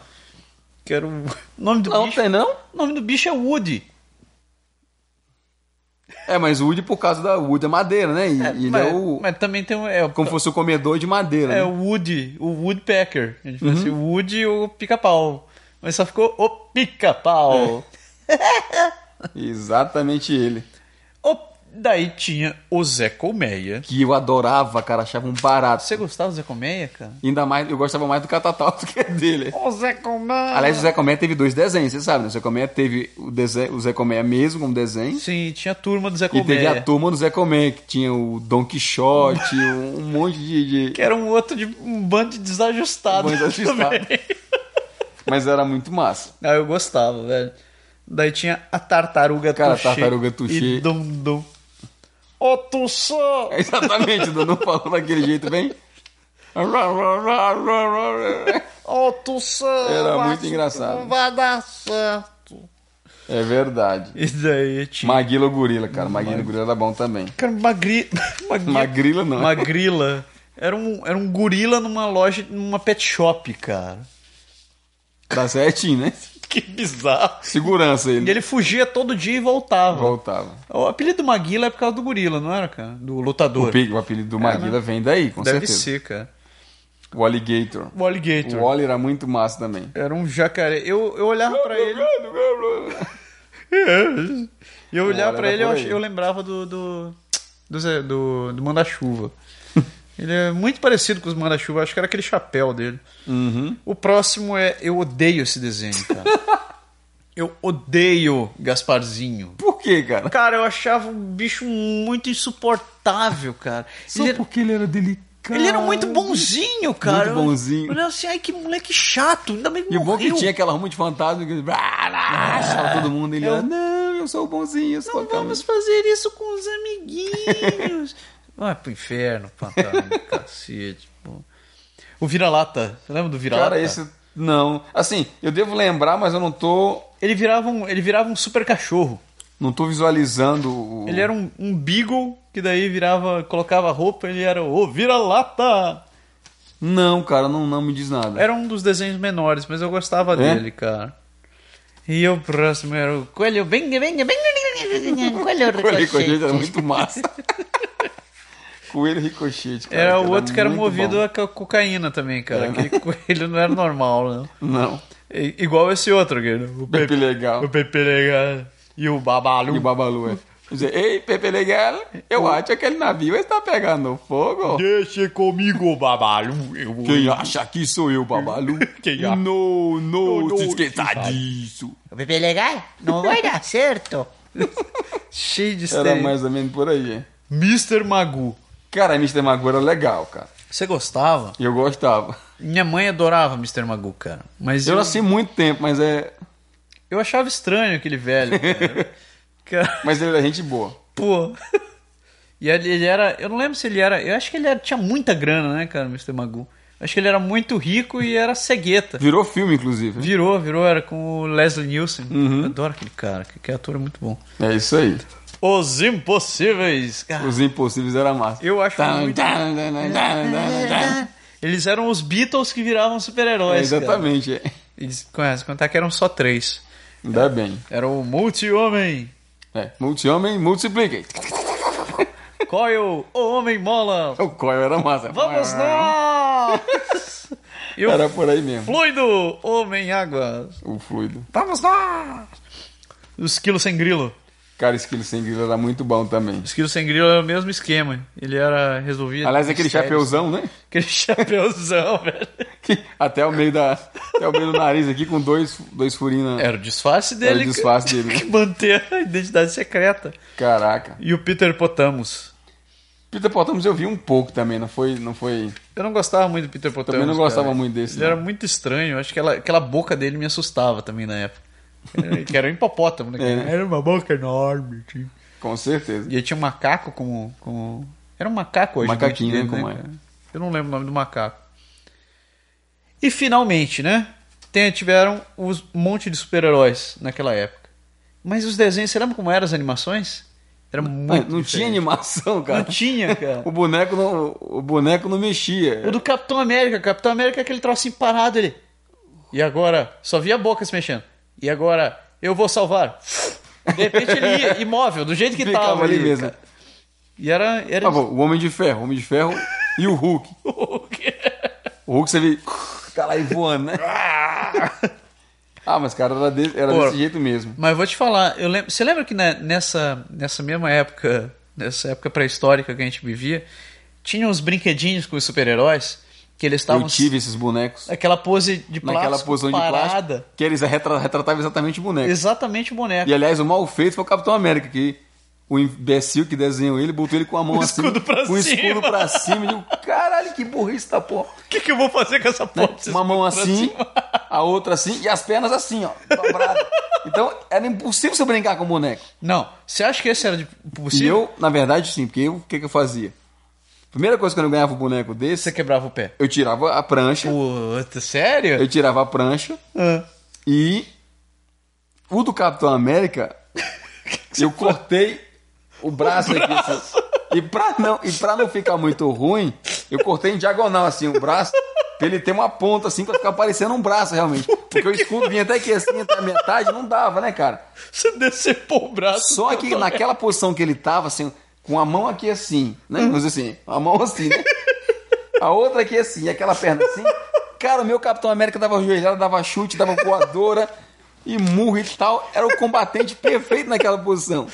S3: Que era o <laughs> o nome do
S1: Não
S3: bicho.
S1: tem, não?
S3: O nome do bicho é Woody.
S1: É, mas o Woody por causa da Woody é madeira, né? E, e ele
S3: mas,
S1: é o.
S3: mas também tem um. É, o-
S1: Como fosse o comedor de madeira,
S3: é
S1: né? Uhum.
S3: o Woody, o Woodpecker. A gente fala assim, Woody e o pica-pau. Mas só ficou o
S1: É.
S3: pica-pau.
S1: Exatamente ele.
S3: O- Daí tinha o Zé Colmeia.
S1: Que eu adorava, cara, achava um barato.
S3: Você gostava do Zé Colmeia, cara?
S1: Ainda mais, eu gostava mais do Catatal <laughs> do que dele.
S6: Ô Zé Comando.
S1: Aliás, o
S6: <laughs>
S1: Zé Coméia teve dois desenhos, você sabe, né? O Zé Coméia teve o, dese... o Zé Coméia mesmo como desenho.
S3: Sim, tinha a turma do Zé
S1: E
S3: Colmeia.
S1: teve a turma do Zé Coméia, que tinha o Don Quixote, um um monte de.
S3: <laughs>
S1: de-
S3: Que era um outro de um bando de desajustado.
S1: Um Bando de desajustado.
S3: <laughs> também.
S1: Mas era muito massa.
S3: Ah, eu gostava, velho. Daí tinha a tartaruga
S1: Cara,
S3: Tuxê
S1: tartaruga Tuxê.
S3: E dum-dum. Ô, Tuxô!
S1: É exatamente, o Dono falou daquele jeito
S3: <laughs>
S1: bem.
S3: Ô, Tuxô!
S1: Era
S3: mas
S1: muito engraçado.
S3: Não vai dar certo.
S1: É verdade.
S3: E daí tinha...
S1: Maguila ou gorila, cara. Maguila ou gorila era bom também.
S3: Cara, magri... <laughs> magri-
S1: Magrila não.
S3: Magrila. Era um, era um gorila numa loja, numa pet shop, cara.
S1: Tá certinho, né?
S3: Que bizarro.
S1: Segurança
S3: E
S1: ele.
S3: ele fugia todo dia e voltava.
S1: Voltava.
S3: O apelido do Maguila é por causa do gorila, não era, cara? Do
S1: O,
S3: lutador.
S1: pi- o apelido do Maguila vem daí, com
S3: Deve
S1: certeza.
S3: ser, cara.
S1: O Alligator.
S3: O alligator.
S1: O Wally era muito massa também.
S3: Era um jacaré. Eu, eu olhava pra ele. E eu olhava
S1: Olha,
S3: pra
S1: era
S3: ele eu,
S1: por
S3: ach-
S1: aí.
S3: eu lembrava do. Do. Do, Zé- do, do
S1: <laughs>
S3: Manda-chuva. ele é muito parecido com os Manda-chuva, acho que era aquele chapéu dele.
S1: Uhum.
S3: O próximo é. Eu odeio esse desenho,
S1: <laughs>
S3: cara. eu odeio Gasparzinho.
S1: Por que, cara?
S3: Cara, eu achava um bicho muito insuportável, cara. Ele era-
S1: porque ele era delicado.
S3: ele era muito bonzinho, cara.
S1: Muito bonzinho.
S3: Eu olhava assim, ai que moleque chato. Ainda bem que
S1: E o bom é que
S3: morreu.
S1: tinha aquela ruma de fantasma que achava todo mundo. Ele
S3: Eu-
S1: era, não, eu eu sou bonzinho. eu sou
S3: Não
S1: fantasma.
S3: vamos fazer isso com os amiguinhos. <laughs> Vai pro inferno, fantasma, <laughs> cacete. pô. O vira-lata. Você lembra do vira-lata?
S1: Cara, esse. Não. Assim, eu devo lembrar, mas eu não tô.
S3: Ele, virava um, ele virava um super cachorro.
S1: Não tô visualizando o.
S3: Ele era um, um beagle que daí virava, colocava roupa, ele era o vira-lata.
S1: Não, cara, não, não me diz nada. <laughs>
S3: Era um dos desenhos menores, mas eu gostava dele, cara. E o próximo era o coelho, bem, bem, bem,
S6: Coelho
S1: Coelho
S6: ricochete.
S1: ricochete era muito massa. <laughs> Coelho ricochete, cara.
S3: Era É. o outro que era
S1: muito
S3: movido
S1: bom.
S3: a co- cocaína também, cara. Aquele <laughs> coelho não era normal, né?
S1: Não.
S3: I- Igual esse outro, cara. O
S1: Pepe Legal.
S3: O Pepe Legal. E o Babalu.
S1: E o Babalu, é. Dizer, ei, Pepe Legal, eu acho que aquele navio está pegando fogo.
S3: Deixa comigo, Babalu. Eu...
S1: Quem acha que sou eu, Babalu?
S3: <laughs> Quem acha?
S1: Não, não,
S3: não,
S1: se esqueça
S3: se sabe.
S1: disso.
S6: O bebê legal não vai <laughs> dar certo.
S3: Cheio de
S1: Era
S3: estereo.
S1: mais ou menos por aí, é.
S3: Mr. Magoo.
S1: Cara, Mr. Mago era legal, cara.
S3: Você gostava?
S1: E eu gostava.
S3: Minha mãe adorava Mr. Magoo, cara. Mas eu,
S1: Eu nasci muito tempo, mas é.
S3: eu achava estranho
S1: <laughs>
S3: aquele velho, cara. cara.
S1: Mas ele era gente boa.
S3: Pô. E ele, ele era. Eu não lembro se ele era. Eu acho que ele era- tinha muita grana, né, cara, Mr. Magoo. Acho que ele era muito rico e era cegueta.
S1: Virou filme, inclusive.
S3: Virou, virou, era com o Leslie Nielsen.
S1: Uhum.
S3: Eu adoro aquele cara, que, que ator é muito bom.
S1: É isso aí.
S3: Os Impossíveis, cara.
S1: Os Impossíveis era massa.
S3: Eu acho
S1: Tan,
S3: muito-
S1: tan, tan, tan, tan, tan.
S3: Eles eram os Beatles que viravam
S1: É,
S3: super-heróis. cara.
S1: exatamente, é.
S3: Eles conhecem, contar que eram só três.
S1: Ainda bem.
S3: Era o Multi-Homem,
S1: É, multi-homem, multipliquem.
S3: Coil, é o Homem Mola.
S1: O Coil era massa.
S3: Vamos nós! <laughs> E o
S1: Ah. Era por aí mesmo.
S3: Fluido, Homem Água.
S1: O fluido.
S3: Vamos nós! Os Quilos Sem Grilo.
S1: Cara, esquilo sem grilo era muito bom também.
S3: Os Quilos Sem Grilo era o mesmo esquema. Ele era resolvido...
S1: Aliás, aquele
S3: mistérios.
S1: chapeuzão, né?
S3: <laughs> Aquele chapeuzão, velho.
S1: Que até o meio da. Até o meio do nariz aqui com dois, dois furinhos. na-
S3: Era o disfarce dele.
S1: Era o disfarce
S3: <laughs> que-
S1: dele.
S3: Que manter a identidade secreta.
S1: Caraca.
S3: E o Peter Potamos.
S1: Peter Potamos eu vi um pouco também, não foi. Não foi...
S3: Eu não gostava muito do Peter Potamos.
S1: Também não gostava
S3: cara.
S1: muito desse,
S3: Ele
S1: não.
S3: era muito estranho. eu Acho que ela- aquela boca dele me assustava também na época. Era- que era um hipopótamo, né?
S1: É, né?
S3: Era uma boca enorme. Tipo.
S1: Com certeza.
S3: E aí tinha um macaco como. como... Era um macaco hoje.
S1: Macaquinho,
S3: o dente
S1: né, como é.
S3: cara? Eu não lembro o nome do macaco. E finalmente, né? tem- tiveram os um monte de super-heróis naquela época. Mas os desenhos, você lembra como eram as animações? Era muito.
S1: Ah, não tinha
S3: diferente.
S1: animação, cara.
S3: Não tinha, cara.
S1: <laughs> O boneco não, o boneco não
S3: O
S1: mexia.
S3: do Capitão América. Capitão América é aquele trocinho parado ali. E agora, só via a boca se mexendo. E agora, eu vou salvar. De repente ele ia, imóvel, do jeito que
S1: Ficava
S3: tava
S1: ali mesmo.
S3: cara. E era. era...
S1: Ah, bom, o Homem de Ferro, o Homem de Ferro e o Hulk. O Hulk, você vê, tá lá e voando, né?
S3: <laughs>
S1: Ah, mas cara, era, de- era
S3: Pô.
S1: desse jeito mesmo.
S3: <laughs> Mas eu vou te falar, eu lembro, você lembra que na- nessa, nessa mesma época, nessa época pré-histórica que a gente vivia, tinha uns brinquedinhos com os super-heróis que eles estavam
S1: Eu tive esses bonecos
S3: naquela pose de plástico
S1: naquela posição de
S3: É parada.
S1: plástico que eles retra- retratavam exatamente o boneco.
S3: Exatamente o boneco.
S1: E aliás, o mal feito foi o Capitão América, que o imbecil que desenhou ele botou ele com a mão assim.
S3: escudo pra
S1: com o escudo
S3: cima.
S1: pra cima. Eu digo, caralho, que burrice da porra.
S3: O que, que eu vou fazer com essa porra?
S1: Né? Uma mão assim, a outra assim e as pernas assim, ó, dobrada. Então era impossível você brincar com o boneco.
S3: Não, você acha que esse era de-
S1: E
S3: possível?
S1: eu, na verdade, sim, porque eu- o que, que eu fazia? Primeira coisa quando eu ganhava um boneco
S3: Você
S1: desse,
S3: quebrava o pé.
S1: eu tirava a prancha,
S3: Puta, sério?
S1: eu tirava a prancha
S3: Ah.
S1: e o do Capitão <laughs> América, eu cortei o braço, aqui. assim. E pra, não, e pra não ficar muito ruim, eu cortei em diagonal assim o braço, pra ele ter uma ponta assim, pra ficar parecendo um braço realmente. Porque o escudo vinha até aqui assim, até a metade, não dava, né, cara?
S3: Você decepou o braço.
S1: Só que naquela posição que ele tava, assim, com a mão aqui assim, né? Vamos dizer assim, a mão assim, né? A outra aqui assim, e aquela perna assim. Cara, o meu Capitão América dava ajoelhado, dava chute, dava voadora e murro e tal. Era o combatente perfeito naquela posição.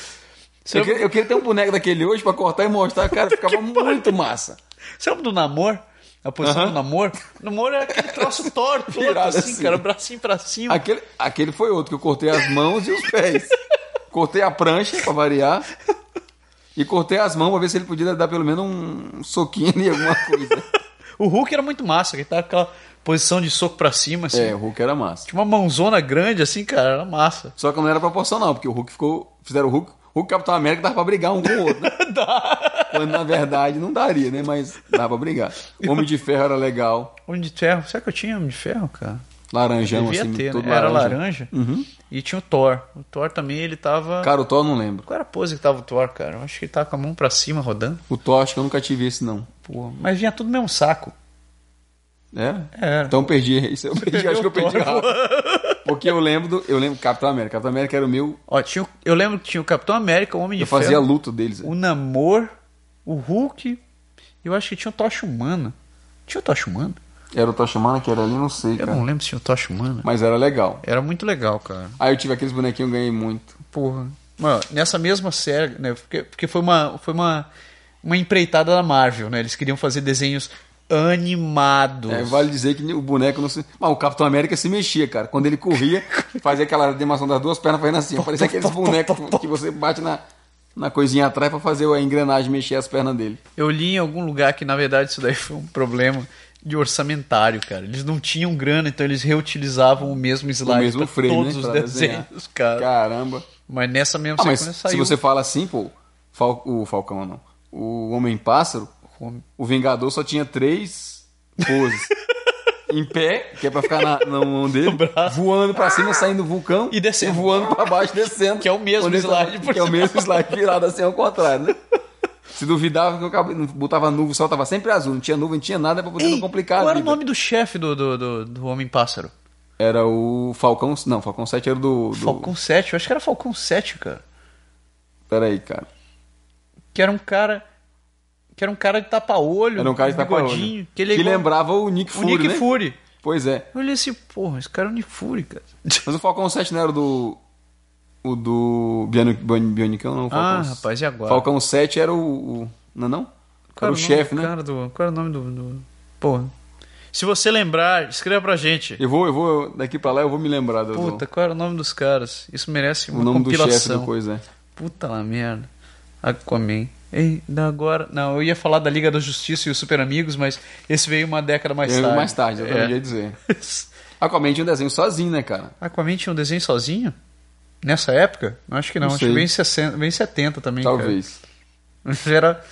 S1: Eu queria, eu queria ter um boneco daquele hoje pra cortar e mostrar, cara, ficava muito massa.
S3: Você lembra do namor? A posição do namor? O namor era
S1: <laughs>
S3: aquele troço torto,
S1: Virado
S3: assim,
S1: assim.
S3: cara, o bracinho pra cima.
S1: <laughs> Aquele, aquele foi outro, que eu cortei as mãos e os pés. Cortei a prancha, pra variar. E cortei as mãos pra ver se ele podia dar pelo menos um soquinho e alguma
S3: <laughs>
S1: coisa.
S3: O Hulk era muito massa, que ele tava com aquela posição de soco pra cima, assim.
S1: É, o Hulk era massa.
S3: Tinha uma mãozona grande, assim, cara, era massa.
S1: <laughs> Só que não era proporcional, porque o Hulk ficou fizeram o Hulk, Hulk e Capitão América dava pra brigar um com o
S3: <laughs>
S1: outro, né? Quando na verdade não daria, né? Mas dava pra brigar. Homem de Ferro era legal,
S3: Homem de Ferro. Será que eu tinha Homem de Ferro, cara?
S1: laranjão
S3: Devia
S1: assim,
S3: ter,
S1: todo
S3: né? Era
S1: laranja. Uhum.
S3: laranja. E tinha o Thor. O Thor também, ele tava...
S1: Cara, o Thor eu não lembro.
S3: Qual era a pose que tava o Thor, cara? Eu acho que ele tava com a mão pra cima rodando.
S1: O Thor acho que eu nunca tive esse não.
S3: Pô, mas vinha tudo no mesmo saco.
S1: É?
S3: É.
S1: Então eu perdi <laughs> isso. Eu perdi,
S3: perdeu
S1: acho que eu
S3: o
S1: perdi
S3: Thor,
S1: rápido. Porque eu lembro do. Eu lembro do Capitão América. Capitão América era o meu.
S3: Ó, tinha, o- eu lembro que tinha o Capitão América, o Homem de
S1: Eu fazia a
S3: Ferro,
S1: luta deles.
S3: o Namor, o Hulk, e eu acho que tinha o Tocha Humana. Tinha o Tocha Humana?
S1: Era o Toshimana que era um- ali, não sei,
S3: Eu
S1: cara.
S3: não lembro se tinha o Tocha Humana.
S1: Mas era legal.
S3: Era muito legal, cara.
S1: Aí eu tive aqueles bonequinhos, eu ganhei muito.
S3: Porra. Mano, nessa mesma série, né? Porque, porque foi uma foi uma, uma empreitada da Marvel, né? Eles queriam fazer desenhos animados.
S1: É, vale dizer que o boneco não se. Mas o Capitão América se mexia, cara. Quando ele <laughs> corria, fazia aquela animação das duas pernas fazendo assim. Parecia aqueles bonecos que você bate na, na coisinha atrás pra fazer a engrenagem mexer as pernas dele.
S3: Eu li em algum lugar que, na verdade, isso daí foi um problema de orçamentário, cara. Eles não tinham grana, então eles reutilizavam o mesmo
S1: O
S3: slide
S1: mesmo
S3: pra
S1: freio,
S3: todos
S1: né?
S3: os
S1: pra desenhar.
S3: desenhos, cara.
S1: Caramba.
S3: Mas nessa mesma
S1: Ah, mas
S3: sequência
S1: se
S3: saiu
S1: você fala assim, pô, Fal- o Falcão não. O Homem-Pássaro,
S3: um Homem-
S1: o Vingador só tinha três
S3: <laughs>
S1: poses. em pé, que é pra ficar na, na mão dele,
S3: No braço.
S1: voando pra cima, saindo do vulcão.
S3: E descendo.
S1: voando tá pra baixo, descendo.
S3: Que é o mesmo
S1: Quando ele tava-
S3: slide, por
S1: Que é o
S3: sinal.
S1: mesmo slide virado assim ao contrário, né? Se duvidava que eu acabei- não botava nuvem, o sol tava sempre azul, não tinha nuvem, não tinha nada pra poder não
S3: Ei,
S1: complicar a
S3: Qual era o
S1: vida.
S3: nome do chefe do, do, do, do Homem-Pássaro?
S1: Era o Falcão. Não, Falcão 7 era do. do...
S3: Falcão 7, eu acho que era Falcão 7, cara.
S1: Peraí, cara.
S3: Que era um cara. Que era um cara de tapa-olho,
S1: Era um cara de
S3: um
S1: tapa
S3: bigodinho,
S1: Que,
S3: Que, ele é igual-
S1: lembrava o Nick
S3: o
S1: Fury.
S3: Nick
S1: né?
S3: Fury.
S1: Pois é.
S3: Eu olhei assim, porra, esse cara é o Nick Fury, cara. <laughs>
S1: Mas o Falcão 7 não era o do. O do. Bion- Bion- Bionicão, não? o Falcão
S3: Ah,
S1: s-
S3: rapaz, e agora?
S1: Falcão 7 era o. o- Não, é não?
S3: Qual
S1: Era o
S3: nome
S1: chefe,
S3: do
S1: né?
S3: Cara do, qual era o nome do, do- Porra. Se você lembrar, escreva pra gente.
S1: Eu vou, eu vou. Daqui pra lá eu vou me lembrar do.
S3: Puta,
S1: Puta,
S3: qual era o nome dos caras? Isso merece uma
S1: o nome do chefe
S3: compilação.
S1: do coisa. é.
S3: Puta lá merda. Aquaman. Ei, da agora. Não, eu ia falar da Liga da Justiça e os Super Amigos, mas esse veio uma década mais
S1: Eu-
S3: tarde.
S1: Mais tarde, eu também ia
S3: é.
S1: dizer. Aquaman tinha um desenho sozinho, né, cara?
S3: <laughs> Aquaman tinha um desenho sozinho? Nessa época? Eu Acho que não.
S1: Não
S3: acho
S1: sei.
S3: que vem em 60, vem em 70 também. cara.
S1: Talvez.
S3: Era,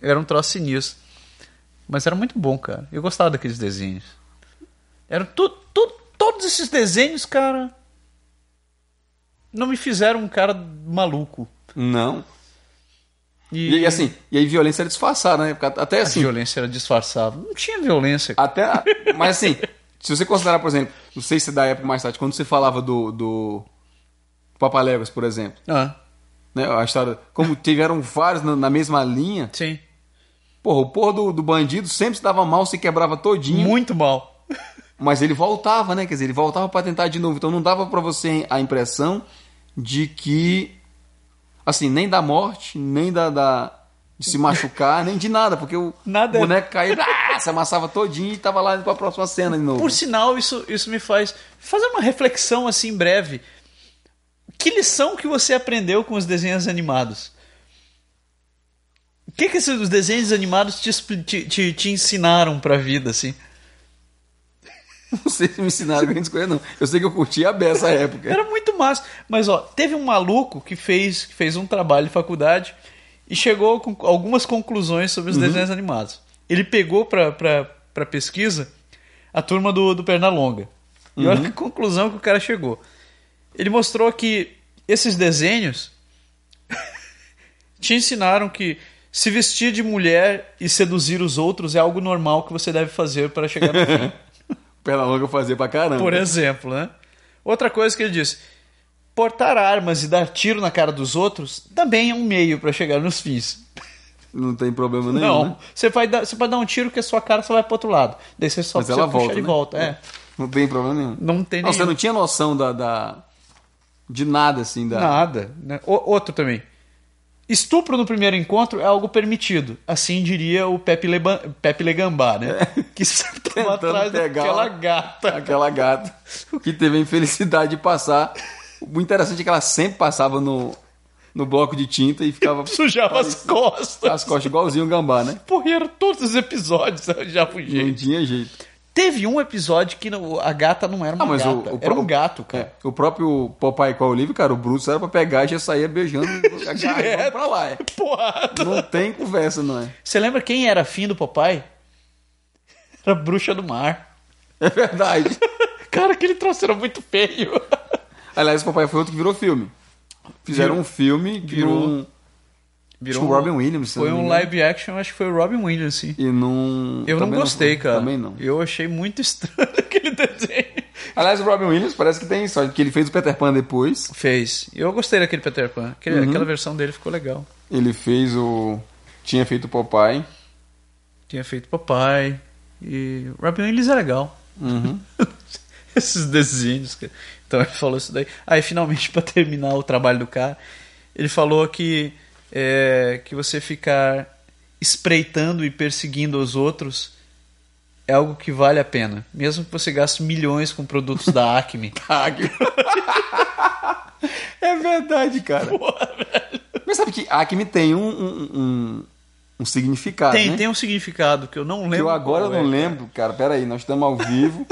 S3: era um troço sinistro. Mas era muito bom, cara. Eu gostava daqueles desenhos. Era tu, tu- todos esses desenhos, cara. Não me fizeram um cara maluco.
S1: Não.
S3: E,
S1: E, e assim, e aí violência era disfarçada, né? Porque Até
S3: a
S1: assim.
S3: violência era disfarçada. Não tinha violência. cara.
S1: Até. Mas assim, se você considerar, por exemplo, não sei se da época mais tarde, quando você falava do. do Papaléguas, por exemplo.
S3: Ah,
S1: né, a história, como tiveram vários na, na mesma linha,
S3: sim.
S1: porra, o porra do, do bandido sempre se dava mal, se quebrava todinho,
S3: Muito mal.
S1: mas ele voltava, né? Quer dizer, ele voltava pra tentar de novo. Então não dava pra você a impressão de que, assim, nem da morte, nem da, da- de se machucar, nem de nada, porque o
S3: Nada.
S1: boneco caía, ah, se amassava todinho e tava lá indo pra próxima cena de novo.
S3: Por sinal, isso, isso me faz fazer uma reflexão assim em breve. Que lição que você aprendeu com os desenhos animados? O que, que esses desenhos animados te, expli- te, te, te ensinaram pra vida, assim?
S1: Não sei se me ensinaram grandes coisas, não. Eu sei que eu curtia a beça a época.
S3: Era muito massa. Mas, ó, teve um maluco que fez, que fez um trabalho de faculdade e chegou com algumas conclusões sobre os desenhos animados. Ele pegou pra, pra, pra pesquisa a turma do, do Pernalonga. E olha que conclusão que o cara chegou. Ele mostrou que esses desenhos <laughs> te ensinaram que se vestir de mulher e seduzir os outros é algo normal que você deve fazer para chegar no fim.
S1: Pela longa eu fazia pra caramba.
S3: Por exemplo, né? Outra coisa que ele disse: portar armas e dar tiro na cara dos outros também é um meio pra chegar nos fins.
S1: Não tem problema nenhum.
S3: não,
S1: né?
S3: você, vai dar, você vai dar um tiro que a sua cara só vai pro outro lado. Daí você só
S1: Mas
S3: precisa
S1: ela
S3: puxar
S1: volta.
S3: de
S1: né?
S3: volta. É.
S1: Não tem problema nenhum.
S3: Não tem
S1: Nossa,
S3: nenhum.
S1: eu não tinha noção da, da- de nada assim da. <laughs>
S3: Nada. né? O- outro também. Estupro no primeiro encontro é algo permitido. Assim diria o Pepe, Leban, Pepe Legambá, né? <laughs> Que sempre tava
S1: É. Tentando
S3: atrás
S1: pegar
S3: daquela
S1: uma-
S3: gata.
S1: Aquela gata que teve a infelicidade de passar. O interessante é que ela sempre passava no, no bloco de tinta e ficava
S3: <laughs> Sujava as costas.
S1: as costas igualzinho o gambá, né?
S3: Porra, eram todos os episódios, <laughs> eu já fugi.
S1: Não tinha jeito.
S3: Teve um episódio que não- a gata não era uma
S1: Ah, mas o-
S3: gata.
S1: o
S3: era
S1: pro-
S3: um gato, cara.
S1: É, o próprio Popeye com a Olive, cara, o Brutus era pra pegar e já saía
S3: <laughs>
S1: beijando a cara, vamos pra lá. É.
S3: Porrada.
S1: Não tem conversa, não é?
S3: Você lembra quem era afim do papai? Era a bruxa do mar. <laughs>
S1: É verdade.
S3: Cara, aquele troço era muito
S1: <laughs>
S3: feio.
S1: Aliás, o Popeye foi outro que virou filme. Fizeram um filme de
S3: Virou.
S1: um...
S3: Virou
S1: Acho que o Tipo Robin Williams, se
S3: Foi
S1: não me
S3: um
S1: engano.
S3: live action, acho que foi o Robin Williams, sim.
S1: E não...
S3: Eu
S1: também
S3: não gostei,
S1: foi.
S3: cara.
S1: Também não.
S3: Eu achei muito <laughs> estranho aquele desenho.
S1: Aliás, o Robin Williams parece que tem só que ele fez o Peter Pan depois.
S3: Fez. Eu gostei daquele Peter Pan. Aquele-
S1: Uhum.
S3: Aquela versão dele ficou legal.
S1: Ele fez o... Tinha feito o Popeye.
S3: Tinha feito papai. E Robin Williams é legal.
S1: Uhum.
S3: <laughs> Esses desenhos, cara. Então ele falou isso daí. Aí finalmente, <laughs> pra terminar o trabalho do cara, ele falou que é, que você ficar espreitando e perseguindo os outros é algo que vale a pena. Mesmo que você gaste milhões com produtos
S1: <laughs>
S3: da Acme.
S1: é verdade, cara. Mas sabe que Acme tem um, um, um, um significado,
S3: Tem,
S1: né?
S3: tem um significado que eu não lembro.
S1: que eu agora
S3: qual
S1: não
S3: é.
S1: lembro, cara. Pera aí, nós estamos ao
S3: <laughs>
S1: vivo.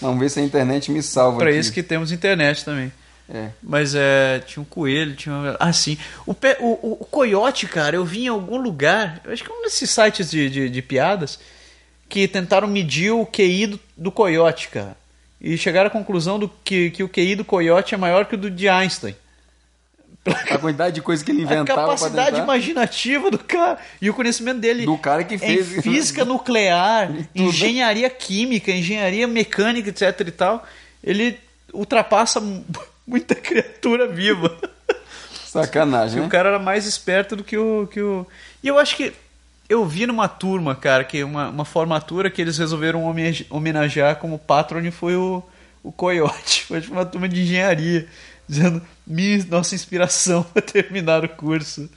S1: Vamos ver se a internet me salva
S3: Pra
S1: aqui.
S3: isso que temos internet também.
S1: É.
S3: Mas é, tinha um coelho, tinha uma... Ah, sim. O, pe... o, o, o coiote, cara, eu vi em algum lugar, eu acho que é um desses sites de, de, de piadas, que tentaram medir o QI do, do coiote, cara. E chegaram à conclusão do que, que o QI do coiote é maior que o do de Einstein.
S1: A quantidade de coisa que ele
S3: A
S1: inventava pra
S3: capacidade
S1: tentar...
S3: imaginativa do cara e o conhecimento dele
S1: Do cara que fez- <laughs>
S3: em física nuclear,
S1: Em tudo.
S3: engenharia química, engenharia mecânica, etc e tal, ele ultrapassa mu- <laughs> muita criatura viva.
S1: Sacanagem,
S3: E
S1: né?
S3: o cara era mais esperto do que o, que o. E eu acho que. Eu vi numa turma, cara, que uma, uma formatura que eles resolveram homenage- homenagear como patrone foi o, o Coyote. <laughs> Foi tipo uma turma de engenharia. Dizendo, "Mi- nossa inspiração <laughs> para terminar o curso.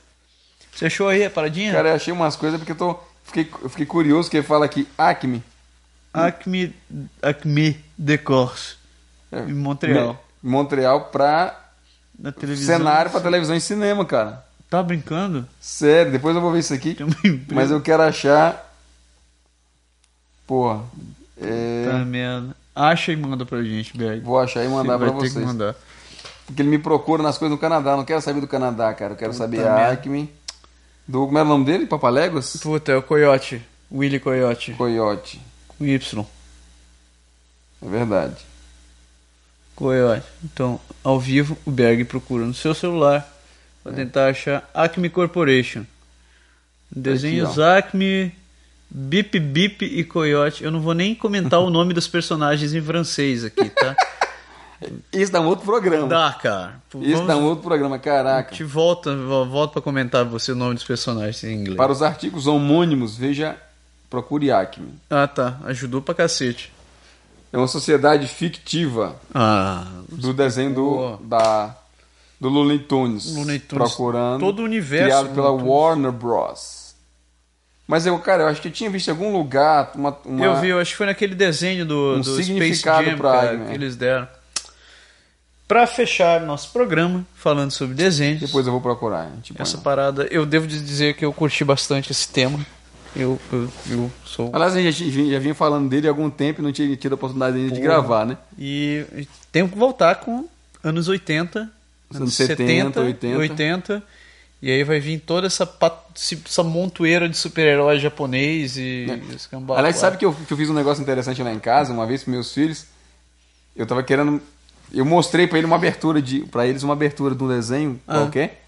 S3: <laughs> Você achou aí a paradinha?
S1: Cara, eu achei umas coisas porque eu tô... Fiquei, eu fiquei curioso que ele fala aqui, Acme.
S3: Acme, ah, Acme Decors.
S1: É,
S3: Em Montreal.
S1: Me- Montreal pra
S3: Na televisão.
S1: cenário pra televisão e cinema, cara.
S3: Tá brincando?
S1: Sério, depois eu vou ver isso aqui.
S3: Tem uma empresa.
S1: Mas eu quero achar. Porra. é,
S3: Tá merda. Acha e manda pra gente, Berg.
S1: Vou achar e mandar
S3: Você
S1: pra
S3: vai ter que
S1: vocês.
S3: mandar.
S1: Porque ele me procura nas coisas do Canadá. Não quero saber do Canadá, cara. Eu quero saber a
S3: merda.
S1: Acme. Do, como era o nome dele? Papaléguas?
S3: Puta, é o Coyote. Willy Coyote.
S1: Coyote.
S3: Com Y.
S1: É verdade.
S3: Coyote. Então, ao vivo, o Berg procura no seu celular
S1: É.
S3: pra tentar achar Acme Corporation. Desenhos
S1: Aqui,
S3: Acme, Bip Bip e Coyote. Eu não vou nem comentar o nome dos personagens em francês aqui,
S1: <laughs>
S3: tá?
S1: Isso dá um outro programa.
S3: Dá, cara. Pô,
S1: Isso dá um
S3: vamos-
S1: outro programa, caraca.
S3: Te volta, vo- volta pra comentar você o nome dos personagens em inglês.
S1: Para os artigos homônimos, veja. Procure Acme.
S3: Ah, tá. Ajudou pra cacete.
S1: É uma sociedade fictiva
S3: Ah,
S1: do desenho do,
S3: Boa.
S1: da, do Looney Tunes.
S3: Looney Tunes.
S1: Procurando.
S3: Todo o universo
S1: Criado
S3: do
S1: pela
S3: Looney Tunes.
S1: Warner Bros. Mas eu, cara, eu acho que eu tinha visto em algum lugar uma. uma-
S3: Eu vi, eu acho que foi naquele desenho do,
S1: Um
S3: do Space
S1: significado
S3: Jam,
S1: pra
S3: cara,
S1: Agni,
S3: que
S1: é.
S3: eles deram. Pra fechar nosso programa, falando sobre desenhos,
S1: Depois eu vou procurar. a gente põe
S3: essa
S1: lá.
S3: parada, eu devo dizer que eu curti bastante esse tema. Eu, eu, eu sou...
S1: Aliás, a gente já, já vinha falando dele há algum tempo e não tinha tido a oportunidade ainda de gravar, né?
S3: E e tenho que voltar com anos 80,
S1: Anos
S3: anos
S1: 70,
S3: 70,
S1: 80.
S3: 80, e aí vai vir toda essa, pa- essa montoeira de super-herói japonês e escambau.
S1: É. Aliás, sabe que eu, que eu fiz um negócio interessante lá em casa, uma vez pros meus filhos? Eu tava querendo. Eu mostrei pra ele uma abertura de. para eles uma abertura de um desenho
S3: Ah.
S1: qualquer.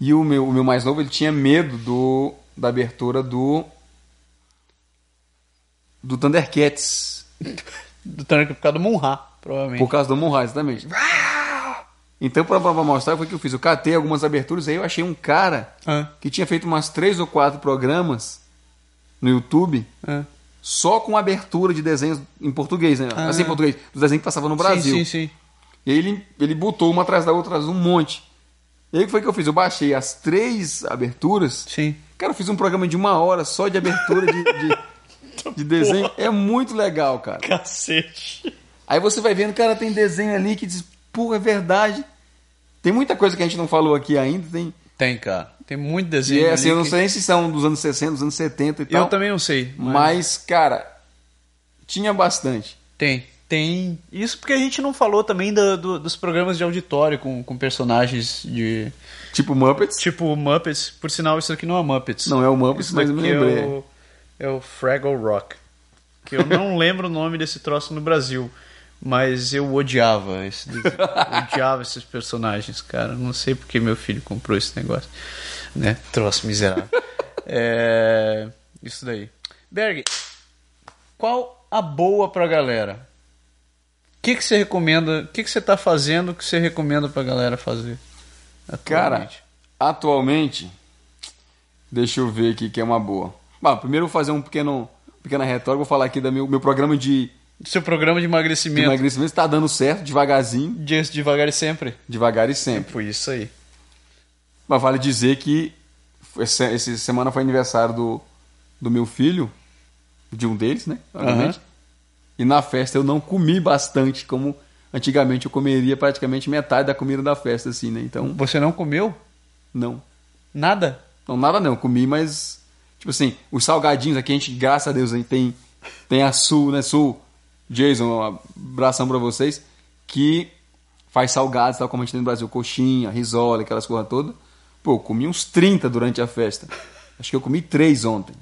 S1: E o meu, o meu mais novo, ele tinha medo do. da abertura do. do Thundercats.
S3: <laughs> Do Tanaka por causa do Munha, provavelmente.
S1: Por causa do Moonrise, exatamente. Então, pra, pra mostrar, foi o que eu fiz. Eu catei algumas aberturas, aí eu achei um cara
S3: Ah.
S1: que tinha feito umas três ou quatro programas no YouTube
S3: Ah.
S1: só com abertura de desenhos em português, né? Assim, em português. Dos desenhos que passavam no Brasil.
S3: Ah. Sim, sim, sim.
S1: E aí ele, ele botou uma atrás da outra, atrás de um monte. E aí o que foi que eu fiz? Eu baixei as três aberturas.
S3: Sim.
S1: Cara, eu fiz um programa de uma hora só de abertura de,
S3: <laughs>
S1: de, de desenho. É muito legal, cara.
S3: Cacete.
S1: Aí você vai vendo, cara, tem desenho ali que diz, pô, é verdade. Tem muita coisa que a gente não falou aqui ainda, tem.
S3: Tem, cara. Tem muito
S1: E
S3: desenho.
S1: é assim,
S3: ali
S1: eu não Então,
S3: que-
S1: sei nem se são dos anos 60, dos anos 70 e
S3: Eu
S1: tal.
S3: também não sei.
S1: Mas, cara, Tinha bastante.
S3: Tem. Tem. Isso porque a gente não falou também da- do- dos programas de auditório com, com personagens de.
S1: Tipo Muppets.
S3: Tipo Muppets. Por sinal, isso aqui não é Muppets.
S1: Não é o Muppets,
S3: Isso
S1: mas eu me
S3: daqui é
S1: lembrei.
S3: o, é o Fraggle Rock. Que eu não <laughs> lembro o nome desse troço no Brasil. Mas eu odiava
S1: <laughs>
S3: esse desenho. Eu odiava esses personagens, cara. Não sei porque meu filho comprou esse negócio. Né? Troço
S1: <laughs>
S3: miserável. É, Isso daí. Berg, qual a boa pra galera? O que, que você recomenda? O que, que você tá fazendo que você recomenda pra galera fazer?
S1: Cara,
S3: atualmente?
S1: atualmente, deixa eu ver aqui que é uma boa. Bom, primeiro eu vou fazer um pequeno, pequena retórica, vou falar aqui do meu, meu programa de,
S3: Seu programa de
S1: de
S3: emagrecimento.
S1: emagrecimento está dando certo, devagarzinho,
S3: Just devagar e sempre.
S1: devagar e sempre.
S3: Foi isso aí.
S1: Mas vale dizer que essa essa semana foi aniversário do, do meu filho, de um deles, né? Obviamente.
S3: Aham.
S1: E na festa eu não comi bastante, como antigamente eu comeria praticamente metade da comida da festa, assim, né? Então,
S3: Você não comeu
S1: não.
S3: nada?
S1: Não, nada não, eu comi, mas. Tipo assim, os salgadinhos aqui, a gente, graças a Deus, a gente tem, tem a Sul, né? Sul, Jason, um abração pra vocês, que faz salgados, tal como a gente tem no Brasil, coxinha, risola, aquelas coisas todas. Pô, eu comi uns 30 durante a festa. Acho que eu comi três ontem,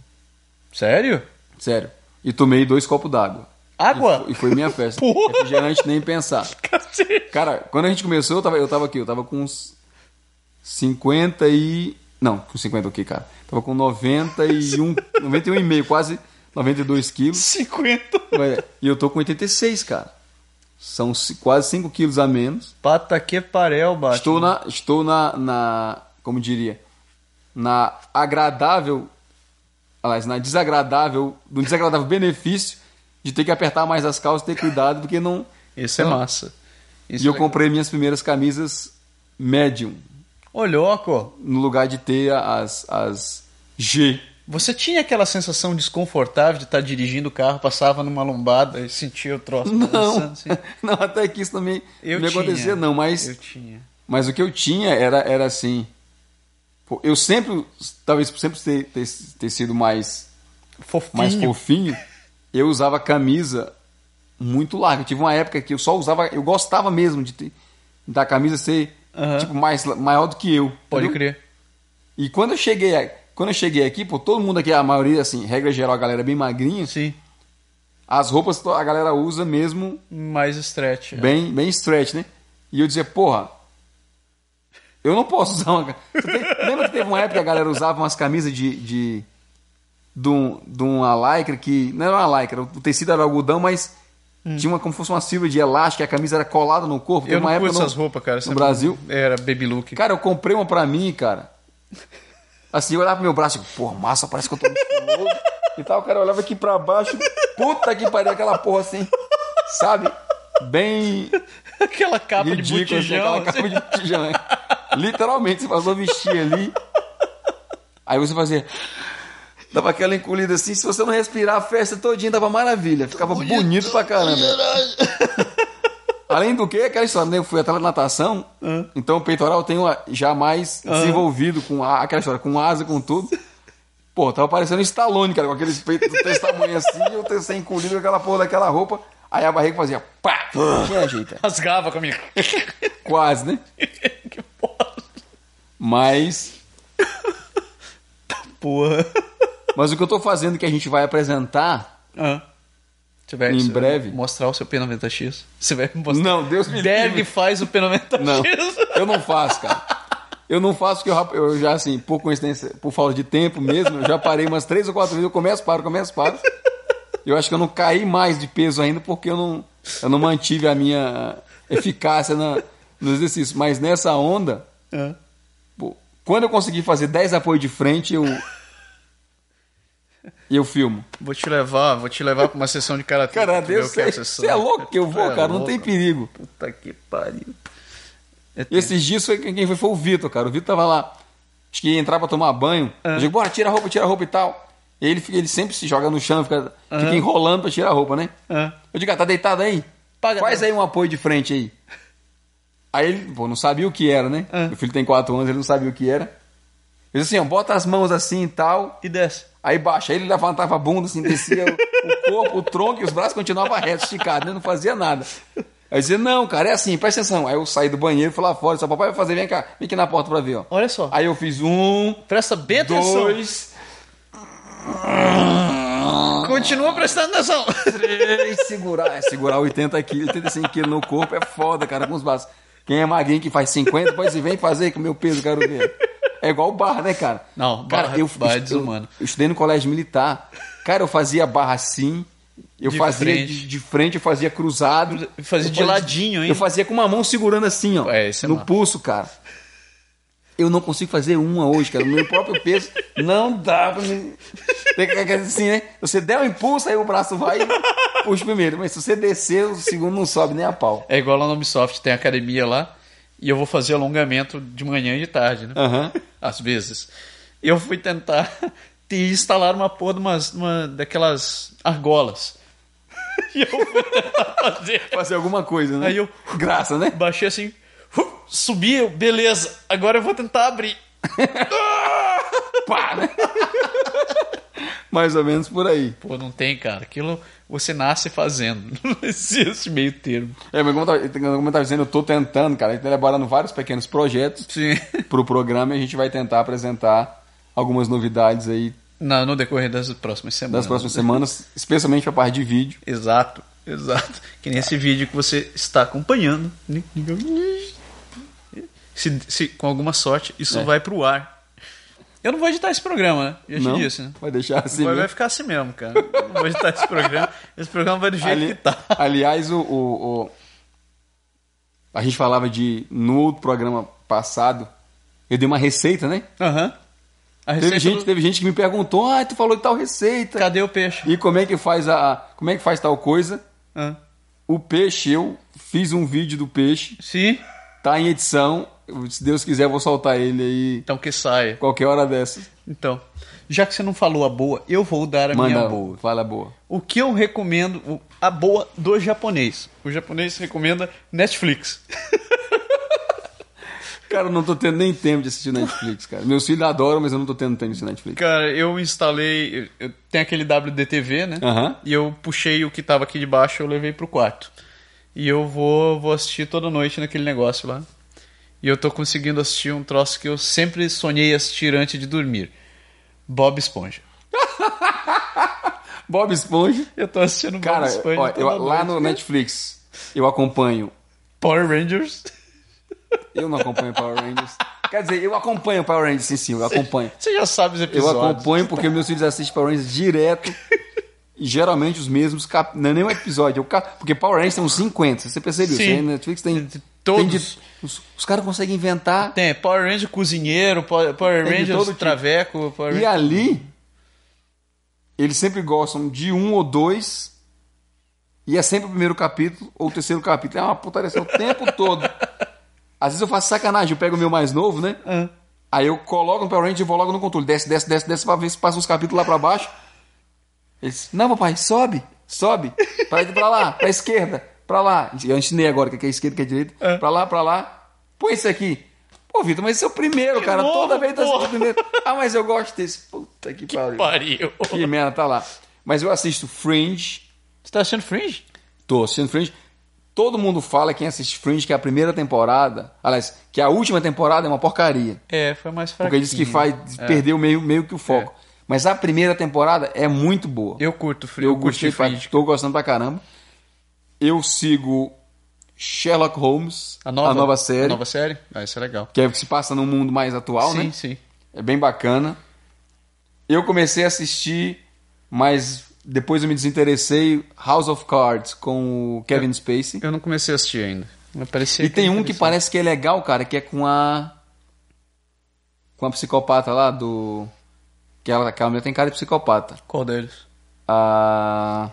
S3: Sério?
S1: sério. E tomei dois copos d'água. E
S3: Água?
S1: foi- E foi minha festa.
S3: Porra!
S1: Refrigerante nem pensar.
S3: <laughs> Cacete.
S1: Cara, quando a gente começou, eu tava, eu tava aqui, eu tava com uns 50 e. Não, com 50 o quê, cara? Tava com
S3: <laughs>
S1: 91, 91,5, quase 92 quilos.
S3: 50.
S1: Mas- E eu tô com 86, cara. São ci- quase 5 quilos a menos.
S3: Pata que parel, baixo.
S1: Estou na. Estou na. na como diria? Na agradável. Aliás, na desagradável. No desagradável benefício de ter que apertar mais as calças, ter cuidado, porque não.
S3: Isso é
S1: não-
S3: massa. Isso
S1: e eu
S3: é-
S1: comprei minhas primeiras camisas medium,
S3: Ô, louco.
S1: no lugar de ter as, as G.
S3: Você tinha aquela sensação desconfortável de estar dirigindo o carro, passava numa lombada e sentia o troço balançando,
S1: <laughs> Não,
S3: assim?
S1: não, até que isso também
S3: Eu
S1: não
S3: tinha.
S1: acontecia, não. Mas,
S3: Eu tinha.
S1: mas o que eu tinha era, era assim. pô, eu sempre, talvez por sempre ter, ter, ter sido mais,
S3: Fofinho.
S1: mais fofinho, eu usava camisa muito larga. Eu tive uma época que eu só usava, eu gostava mesmo de ter, da camisa ser
S3: Aham.
S1: tipo, mais, maior do que eu.
S3: Pode
S1: entendeu?
S3: crer.
S1: E quando eu cheguei, a- quando eu cheguei aqui, pô, todo mundo aqui, a maioria, assim, regra geral, a galera é bem magrinha.
S3: Sim.
S1: As roupas to- a galera usa mesmo
S3: Mais stretch.
S1: bem, bem stretch, né? E eu dizia, porra, eu não posso usar uma. ca- Você tem- Lembra que teve uma época que a galera usava umas camisas de. de, de, um, de uma lycra que. Não era uma lycra, o tecido era algodão, mas tinha uma, como se fosse uma fibra de elástico, e a camisa era colada no corpo. Teve
S3: Hum. Eu não
S1: uma época
S3: curto
S1: no-
S3: essas roupas, cara. Essa-
S1: No Brasil.
S3: Era baby look.
S1: Cara, eu comprei uma pra mim, cara. Assim, eu olhava pro meu braço, tipo, porra, massa, parece que eu tô musculoso. E tal, o cara olhava aqui pra baixo, puta que pariu, aquela porra assim, sabe? Bem
S3: <laughs> aquela capa de
S1: ridícula, assim,
S3: botijão.
S1: aquela capa
S3: assim.
S1: de botijão. né? Literalmente, você passou a vestir ali. Aí você fazia... Dava aquela encolhida assim, se você não respirar a festa todinha, dava maravilha. Ficava bonito, pra caramba. Além do que, aquela história, né? Eu fui atrás da natação, então o peitoral eu tenho ah, já mais desenvolvido com a- aquela história, com asa, com tudo. Pô, tava parecendo um Stallone, cara, com aqueles peitos desse tamanho assim, eu ter sem encolhido com aquela porra daquela roupa. Aí a barriga fazia pá! Quem ajeita?
S3: Rasgava comigo.
S1: Quase, né?
S3: <laughs> que porra.
S1: Mas,
S3: Porra.
S1: mas o que eu tô fazendo que a gente vai apresentar.
S3: Ah. Você vai,
S1: Em
S3: você vai
S1: breve.
S3: mostrar o seu P90X. Você vai mostrar.
S1: Não, Deus me
S3: Derg
S1: livre.
S3: faz o P90X.
S1: Não, eu não faço, cara. Eu não faço porque eu, rap- eu já, assim, por coincidência, por falta de tempo mesmo, eu já parei umas três ou quatro vezes, eu começo, paro, começo, paro. Eu acho que eu não caí mais de peso ainda porque eu não, eu não mantive a minha eficácia na, no exercício. Mas nessa onda,
S3: Ah.
S1: pô, quando eu conseguir fazer 10 apoios de frente, eu. Eu filmo.
S3: Vou te levar, vou te levar pra uma sessão de karatê.
S1: Cara,
S3: pra tu ver
S1: Deus,
S3: o que é
S1: você
S3: essa
S1: é
S3: sessão.
S1: louco que eu vou,
S3: Tu é
S1: cara, não
S3: louco.
S1: tem perigo.
S3: Puta que pariu. É tempo.
S1: Esses dias foi quem foi, foi o Vitor, cara. O Vitor tava lá, acho que ia entrar pra tomar banho.
S3: Ah.
S1: Eu digo, bora, tira a roupa, tira a roupa e tal. E ele, fica- ele sempre se joga no chão, fica, fica enrolando pra tirar a roupa, né?
S3: Ah.
S1: Eu digo, ah, tá deitado aí?
S3: Paga
S1: Faz
S3: nós.
S1: aí um apoio de frente aí. Aí ele, pô, não sabia o que era, né?
S3: Ah.
S1: Meu filho tem 4 anos, ele não sabia o que era. Mas assim, ó, bota as mãos assim e tal,
S3: E desce.
S1: aí baixa. Aí ele levantava a bunda, assim, descia o, o corpo, o tronco e os braços continuavam retos, esticados, né? Não fazia nada. Aí dizia, não, cara, é assim, presta atenção. Aí eu saí do banheiro, fui lá fora, só papai vai fazer, vem cá, vem aqui na porta pra ver, ó.
S3: Olha só.
S1: Aí eu fiz um,
S3: Presta bem atenção.
S1: dois,
S3: Continua prestando atenção.
S1: <laughs> três, segurar. É, segurar 80 quilos, 85 quilos no corpo é foda, cara, com os braços. Quem é magrinho que faz 50, pode se vem fazer com o meu peso, quero ver. É igual barra, né, cara?
S3: Não, barra- barra é desumano.
S1: Eu, eu estudei no colégio militar. Cara, eu fazia barra assim, eu
S3: De
S1: fazia
S3: frente.
S1: De, de frente, eu fazia cruzado.
S3: Eu fazia
S1: eu
S3: de ladinho, hein?
S1: Eu fazia com uma mão segurando assim, ó.
S3: É, isso é
S1: no
S3: massa.
S1: pulso, cara. Eu não consigo fazer uma hoje, cara. O meu próprio peso não dá pra mim. Tem que- Assim, né? Você der um impulso, aí o braço vai e puxa o primeiro. Mas se você descer, o segundo não sobe nem a pau.
S3: É igual lá no Ubisoft, tem academia lá. E eu vou fazer alongamento de manhã e de tarde, né?
S1: Aham.
S3: Às vezes. Eu fui tentar <laughs> te instalar uma porra de umas, uma, daquelas argolas. <laughs> E eu fui tentar fazer.
S1: Fazer alguma coisa, né?
S3: Aí eu-
S1: Graça, né?
S3: Baixei assim, subi, eu, beleza, agora eu vou tentar abrir.
S1: Pá, né? Mais ou menos por aí.
S3: Pô, não tem, cara. Aquilo você nasce fazendo. <laughs> Não existe meio termo.
S1: É, mas como eu tava- como eu tava dizendo, eu tô tentando, cara. A gente tá elaborando vários pequenos projetos
S3: Sim.
S1: pro programa e a gente vai tentar apresentar algumas novidades aí
S3: No, no decorrer das próximas semanas.
S1: das próximas semanas, especialmente a parte de vídeo.
S3: Exato, exato. Que nem esse vídeo que você está acompanhando. né? Se, se- com alguma sorte, isso
S1: É.
S3: vai pro ar. Eu não vou editar esse programa, né? Eu já te
S1: Não?
S3: disse, né?
S1: Vai deixar assim.
S3: vai,
S1: né?
S3: vai ficar assim mesmo, cara. Eu não vou editar esse programa. Esse programa vai do jeito
S1: Ali-
S3: que tá.
S1: Aliás, o, o- o- a gente falava de no outro programa passado, eu dei uma receita, né?
S3: Aham. A
S1: Teve
S3: receita
S1: gente,
S3: do-
S1: teve gente que me perguntou, ah, tu falou de tal receita.
S3: Cadê o peixe?
S1: E como é que faz a, como é que faz tal coisa?
S3: Hã?
S1: O peixe, eu fiz um vídeo do peixe,
S3: Sim?
S1: tá em edição. Se Deus quiser, eu vou soltar ele aí
S3: Então que saia.
S1: qualquer hora dessas.
S3: Então, já que você não falou a boa, eu vou dar a
S1: Manda
S3: minha boa.
S1: fala boa.
S3: O que eu recomendo, o- a boa do japonês. O japonês recomenda Netflix.
S1: Cara, eu não tô tendo nem tempo de assistir Netflix, cara. Meus filhos adoram, mas eu não tô tendo tempo de assistir Netflix.
S3: Cara, eu instalei. eu- Eu, tem aquele WDTV, né?
S1: Aham.
S3: E eu puxei o que tava aqui de baixo e eu levei pro quarto. E eu vou, vou assistir toda noite naquele negócio lá. E eu tô conseguindo assistir um troço que eu sempre sonhei assistir antes de dormir: Bob Esponja.
S1: Bob Esponja.
S3: Eu tô assistindo
S1: Cara,
S3: Bob Esponja. tá
S1: ó,
S3: toda
S1: eu- lá
S3: noite.
S1: no Netflix eu acompanho.
S3: Power Rangers. <laughs>
S1: Eu não acompanho Power Rangers. Quer dizer, eu acompanho Power Rangers, sim, sim, eu acompanho.
S3: Você já sabe os
S1: Eu
S3: episódios.
S1: acompanho porque meus filhos assistem Power Rangers direto. E geralmente os mesmos cap... Não é nem um episódio. é o cap- Porque Power Rangers tem uns 50. Você percebeu?
S3: Sim.
S1: Isso aí na Netflix tem.
S3: De- de
S1: tem
S3: todos.
S1: os os caras conseguem inventar.
S3: Tem Power Ranger cozinheiro, Power Power
S1: Tem de
S3: Ranger
S1: todo tipo.
S3: traveco, Power
S1: E ali. Eles sempre gostam de um ou dois. E é sempre o primeiro capítulo ou o terceiro capítulo. É uma putaria assim, o tempo todo. Às vezes eu faço sacanagem. Eu pego o meu mais novo, né?
S3: Ah.
S1: Aí eu coloco no Power Ranger e vou logo no controle. Desce, desce, desce, desce pra ver se passa uns capítulos lá pra baixo. Eles, não, papai, sobe, sobe. Pra ir pra lá, pra esquerda, pra lá. Eu ensinei agora o que é esquerda, o que é direita. Pra lá, pra lá. Põe isso aqui. Pô, Vitor, mas esse é o primeiro, cara.
S3: novo,
S1: Toda vez tá sendo
S3: porra.
S1: o primeiro. Ah, mas eu gosto desse. Puta que, pariu.
S3: Pariu.
S1: Que merda, tá lá. Mas eu assisto Fringe.
S3: Você tá achando Fringe?
S1: Tô assistindo Fringe. Todo mundo fala, quem assiste Fringe, que é a primeira temporada... Aliás, que a última temporada é uma porcaria.
S3: É, foi mais fraquinho.
S1: Porque
S3: É.
S1: diz que faz, perdeu meio, meio que o foco. Mas a primeira temporada é muito boa.
S3: Eu curto Fringe.
S1: Eu
S3: Eu curti
S1: gostei pra-
S3: Fringe.
S1: tô gostando pra caramba. Eu sigo Sherlock Holmes,
S3: A nova,
S1: série,
S3: A nova série? Ah, isso é legal.
S1: que é o que se passa num mundo mais atual,
S3: sim,
S1: né?
S3: sim.
S1: É bem bacana. Eu comecei a assistir, mas depois eu me desinteressei, House of Cards, com o
S3: É.
S1: Kevin Spacey.
S3: Eu não comecei a assistir ainda. Mas parecia
S1: E tem um que
S3: interessante.
S1: parece que é legal, cara, que é com a. Com a psicopata lá do. Que ela, aquela mulher tem cara de psicopata.
S3: Qual deles?
S1: A.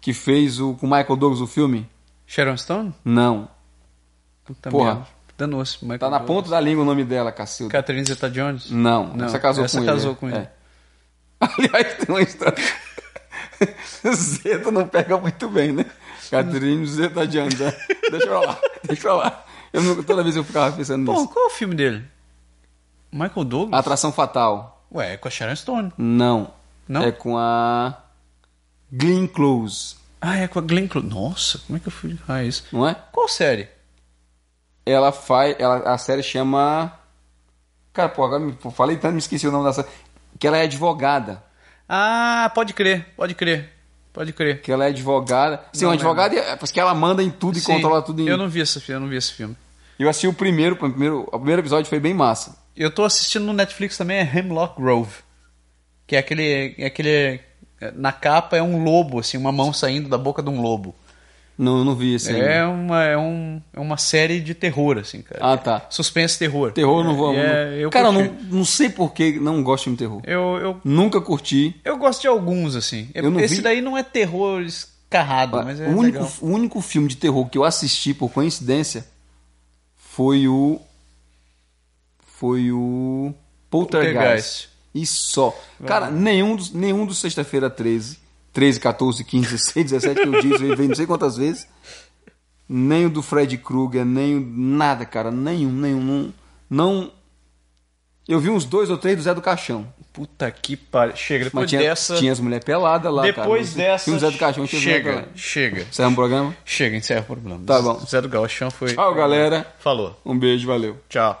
S1: Que fez o. Com o Michael Douglas o filme?
S3: Sharon Stone?
S1: Não.
S3: Puta
S1: Porra.
S3: merda. Danou-se. Michael
S1: Tá na
S3: Douglas.
S1: ponta da língua o nome dela, cacilda.
S3: Catherine Zeta-Jones?
S1: Não,
S3: Não,
S1: essa casou
S3: essa
S1: com ele.
S3: casou
S1: é.
S3: com ele.
S1: É. <laughs> Aliás, tem uma história. Zeta não pega muito bem, né? Catherine Zeta Jones. né? Deixa eu lá, deixa eu lá. Eu nunca- toda vez eu ficava pensando nisso.
S3: Pô, qual é o filme dele? Michael Douglas?
S1: Atração Fatal.
S3: Ué, é com a Sharon Stone.
S1: Não.
S3: Não?
S1: É com a Glenn Close,
S3: Ah, é com a Glenn Close. Nossa, como é que eu fui Ah, isso?
S1: não é?
S3: Qual série?
S1: Ela faz. Ela, a série chama. Cara, pô, agora me pô, falei tanto, me esqueci o nome da série. Que ela é advogada.
S3: Ah, pode crer, pode crer, pode crer.
S1: Que ela é advogada. Sim, uma
S3: lembro.
S1: advogada é porque ela manda em tudo e
S3: Sim,
S1: controla tudo em.
S3: Eu
S1: Eu,
S3: não vi esse filme, eu não vi esse filme.
S1: assisti o primeiro, o primeiro, o primeiro episódio foi bem massa.
S3: Eu tô assistindo no Netflix também, é Hemlock Grove. Que é aquele. é aquele. Na capa é um lobo, assim, uma mão saindo da boca de um lobo.
S1: Não, eu não vi esse. ainda.
S3: É uma, é, um, é uma série de terror, assim, cara.
S1: Ah, tá.
S3: Suspense terror.
S1: Terror eu não vou.
S3: E
S1: não-
S3: É, eu
S1: Cara, eu
S3: curti.
S1: não, não sei por que não gosto de filme de terror.
S3: Eu, eu,
S1: Nunca curti.
S3: eu gosto de alguns, assim.
S1: Eu não
S3: Esse
S1: vi- Ah,
S3: daí não é terror escarrado, mas é
S1: o, único,
S3: legal.
S1: o único filme de terror que eu assisti por coincidência foi o. Foi o. Poltergeist.
S3: Poltergeist.
S1: E só. Cara, nenhum dos, nenhum dos sexta-feira 13, 13, 14, 15, 16, 17 que eu disse, eu vi não sei quantas vezes. Nem o do Fred Krueger, nem o- nada, cara. Nenhum, nenhum. Não, não. Eu vi uns dois ou três do Zé do Caixão.
S3: Puta que pariu. Chega, depois
S1: Mas tinha,
S3: dessa.
S1: tinha as mulheres peladas lá, cara.
S3: depois
S1: Tinha-
S3: dessa.
S1: Tinha o Zé do Caixão, tinha as mulheres
S3: chega,
S1: peladas.
S3: chega.
S1: Encerra o programa?
S3: Chega, encerra o problema.
S1: Tá bom.
S3: Zé do Galchão foi.
S1: Tchau, galera.
S3: Falou.
S1: Um beijo, valeu.
S3: Tchau.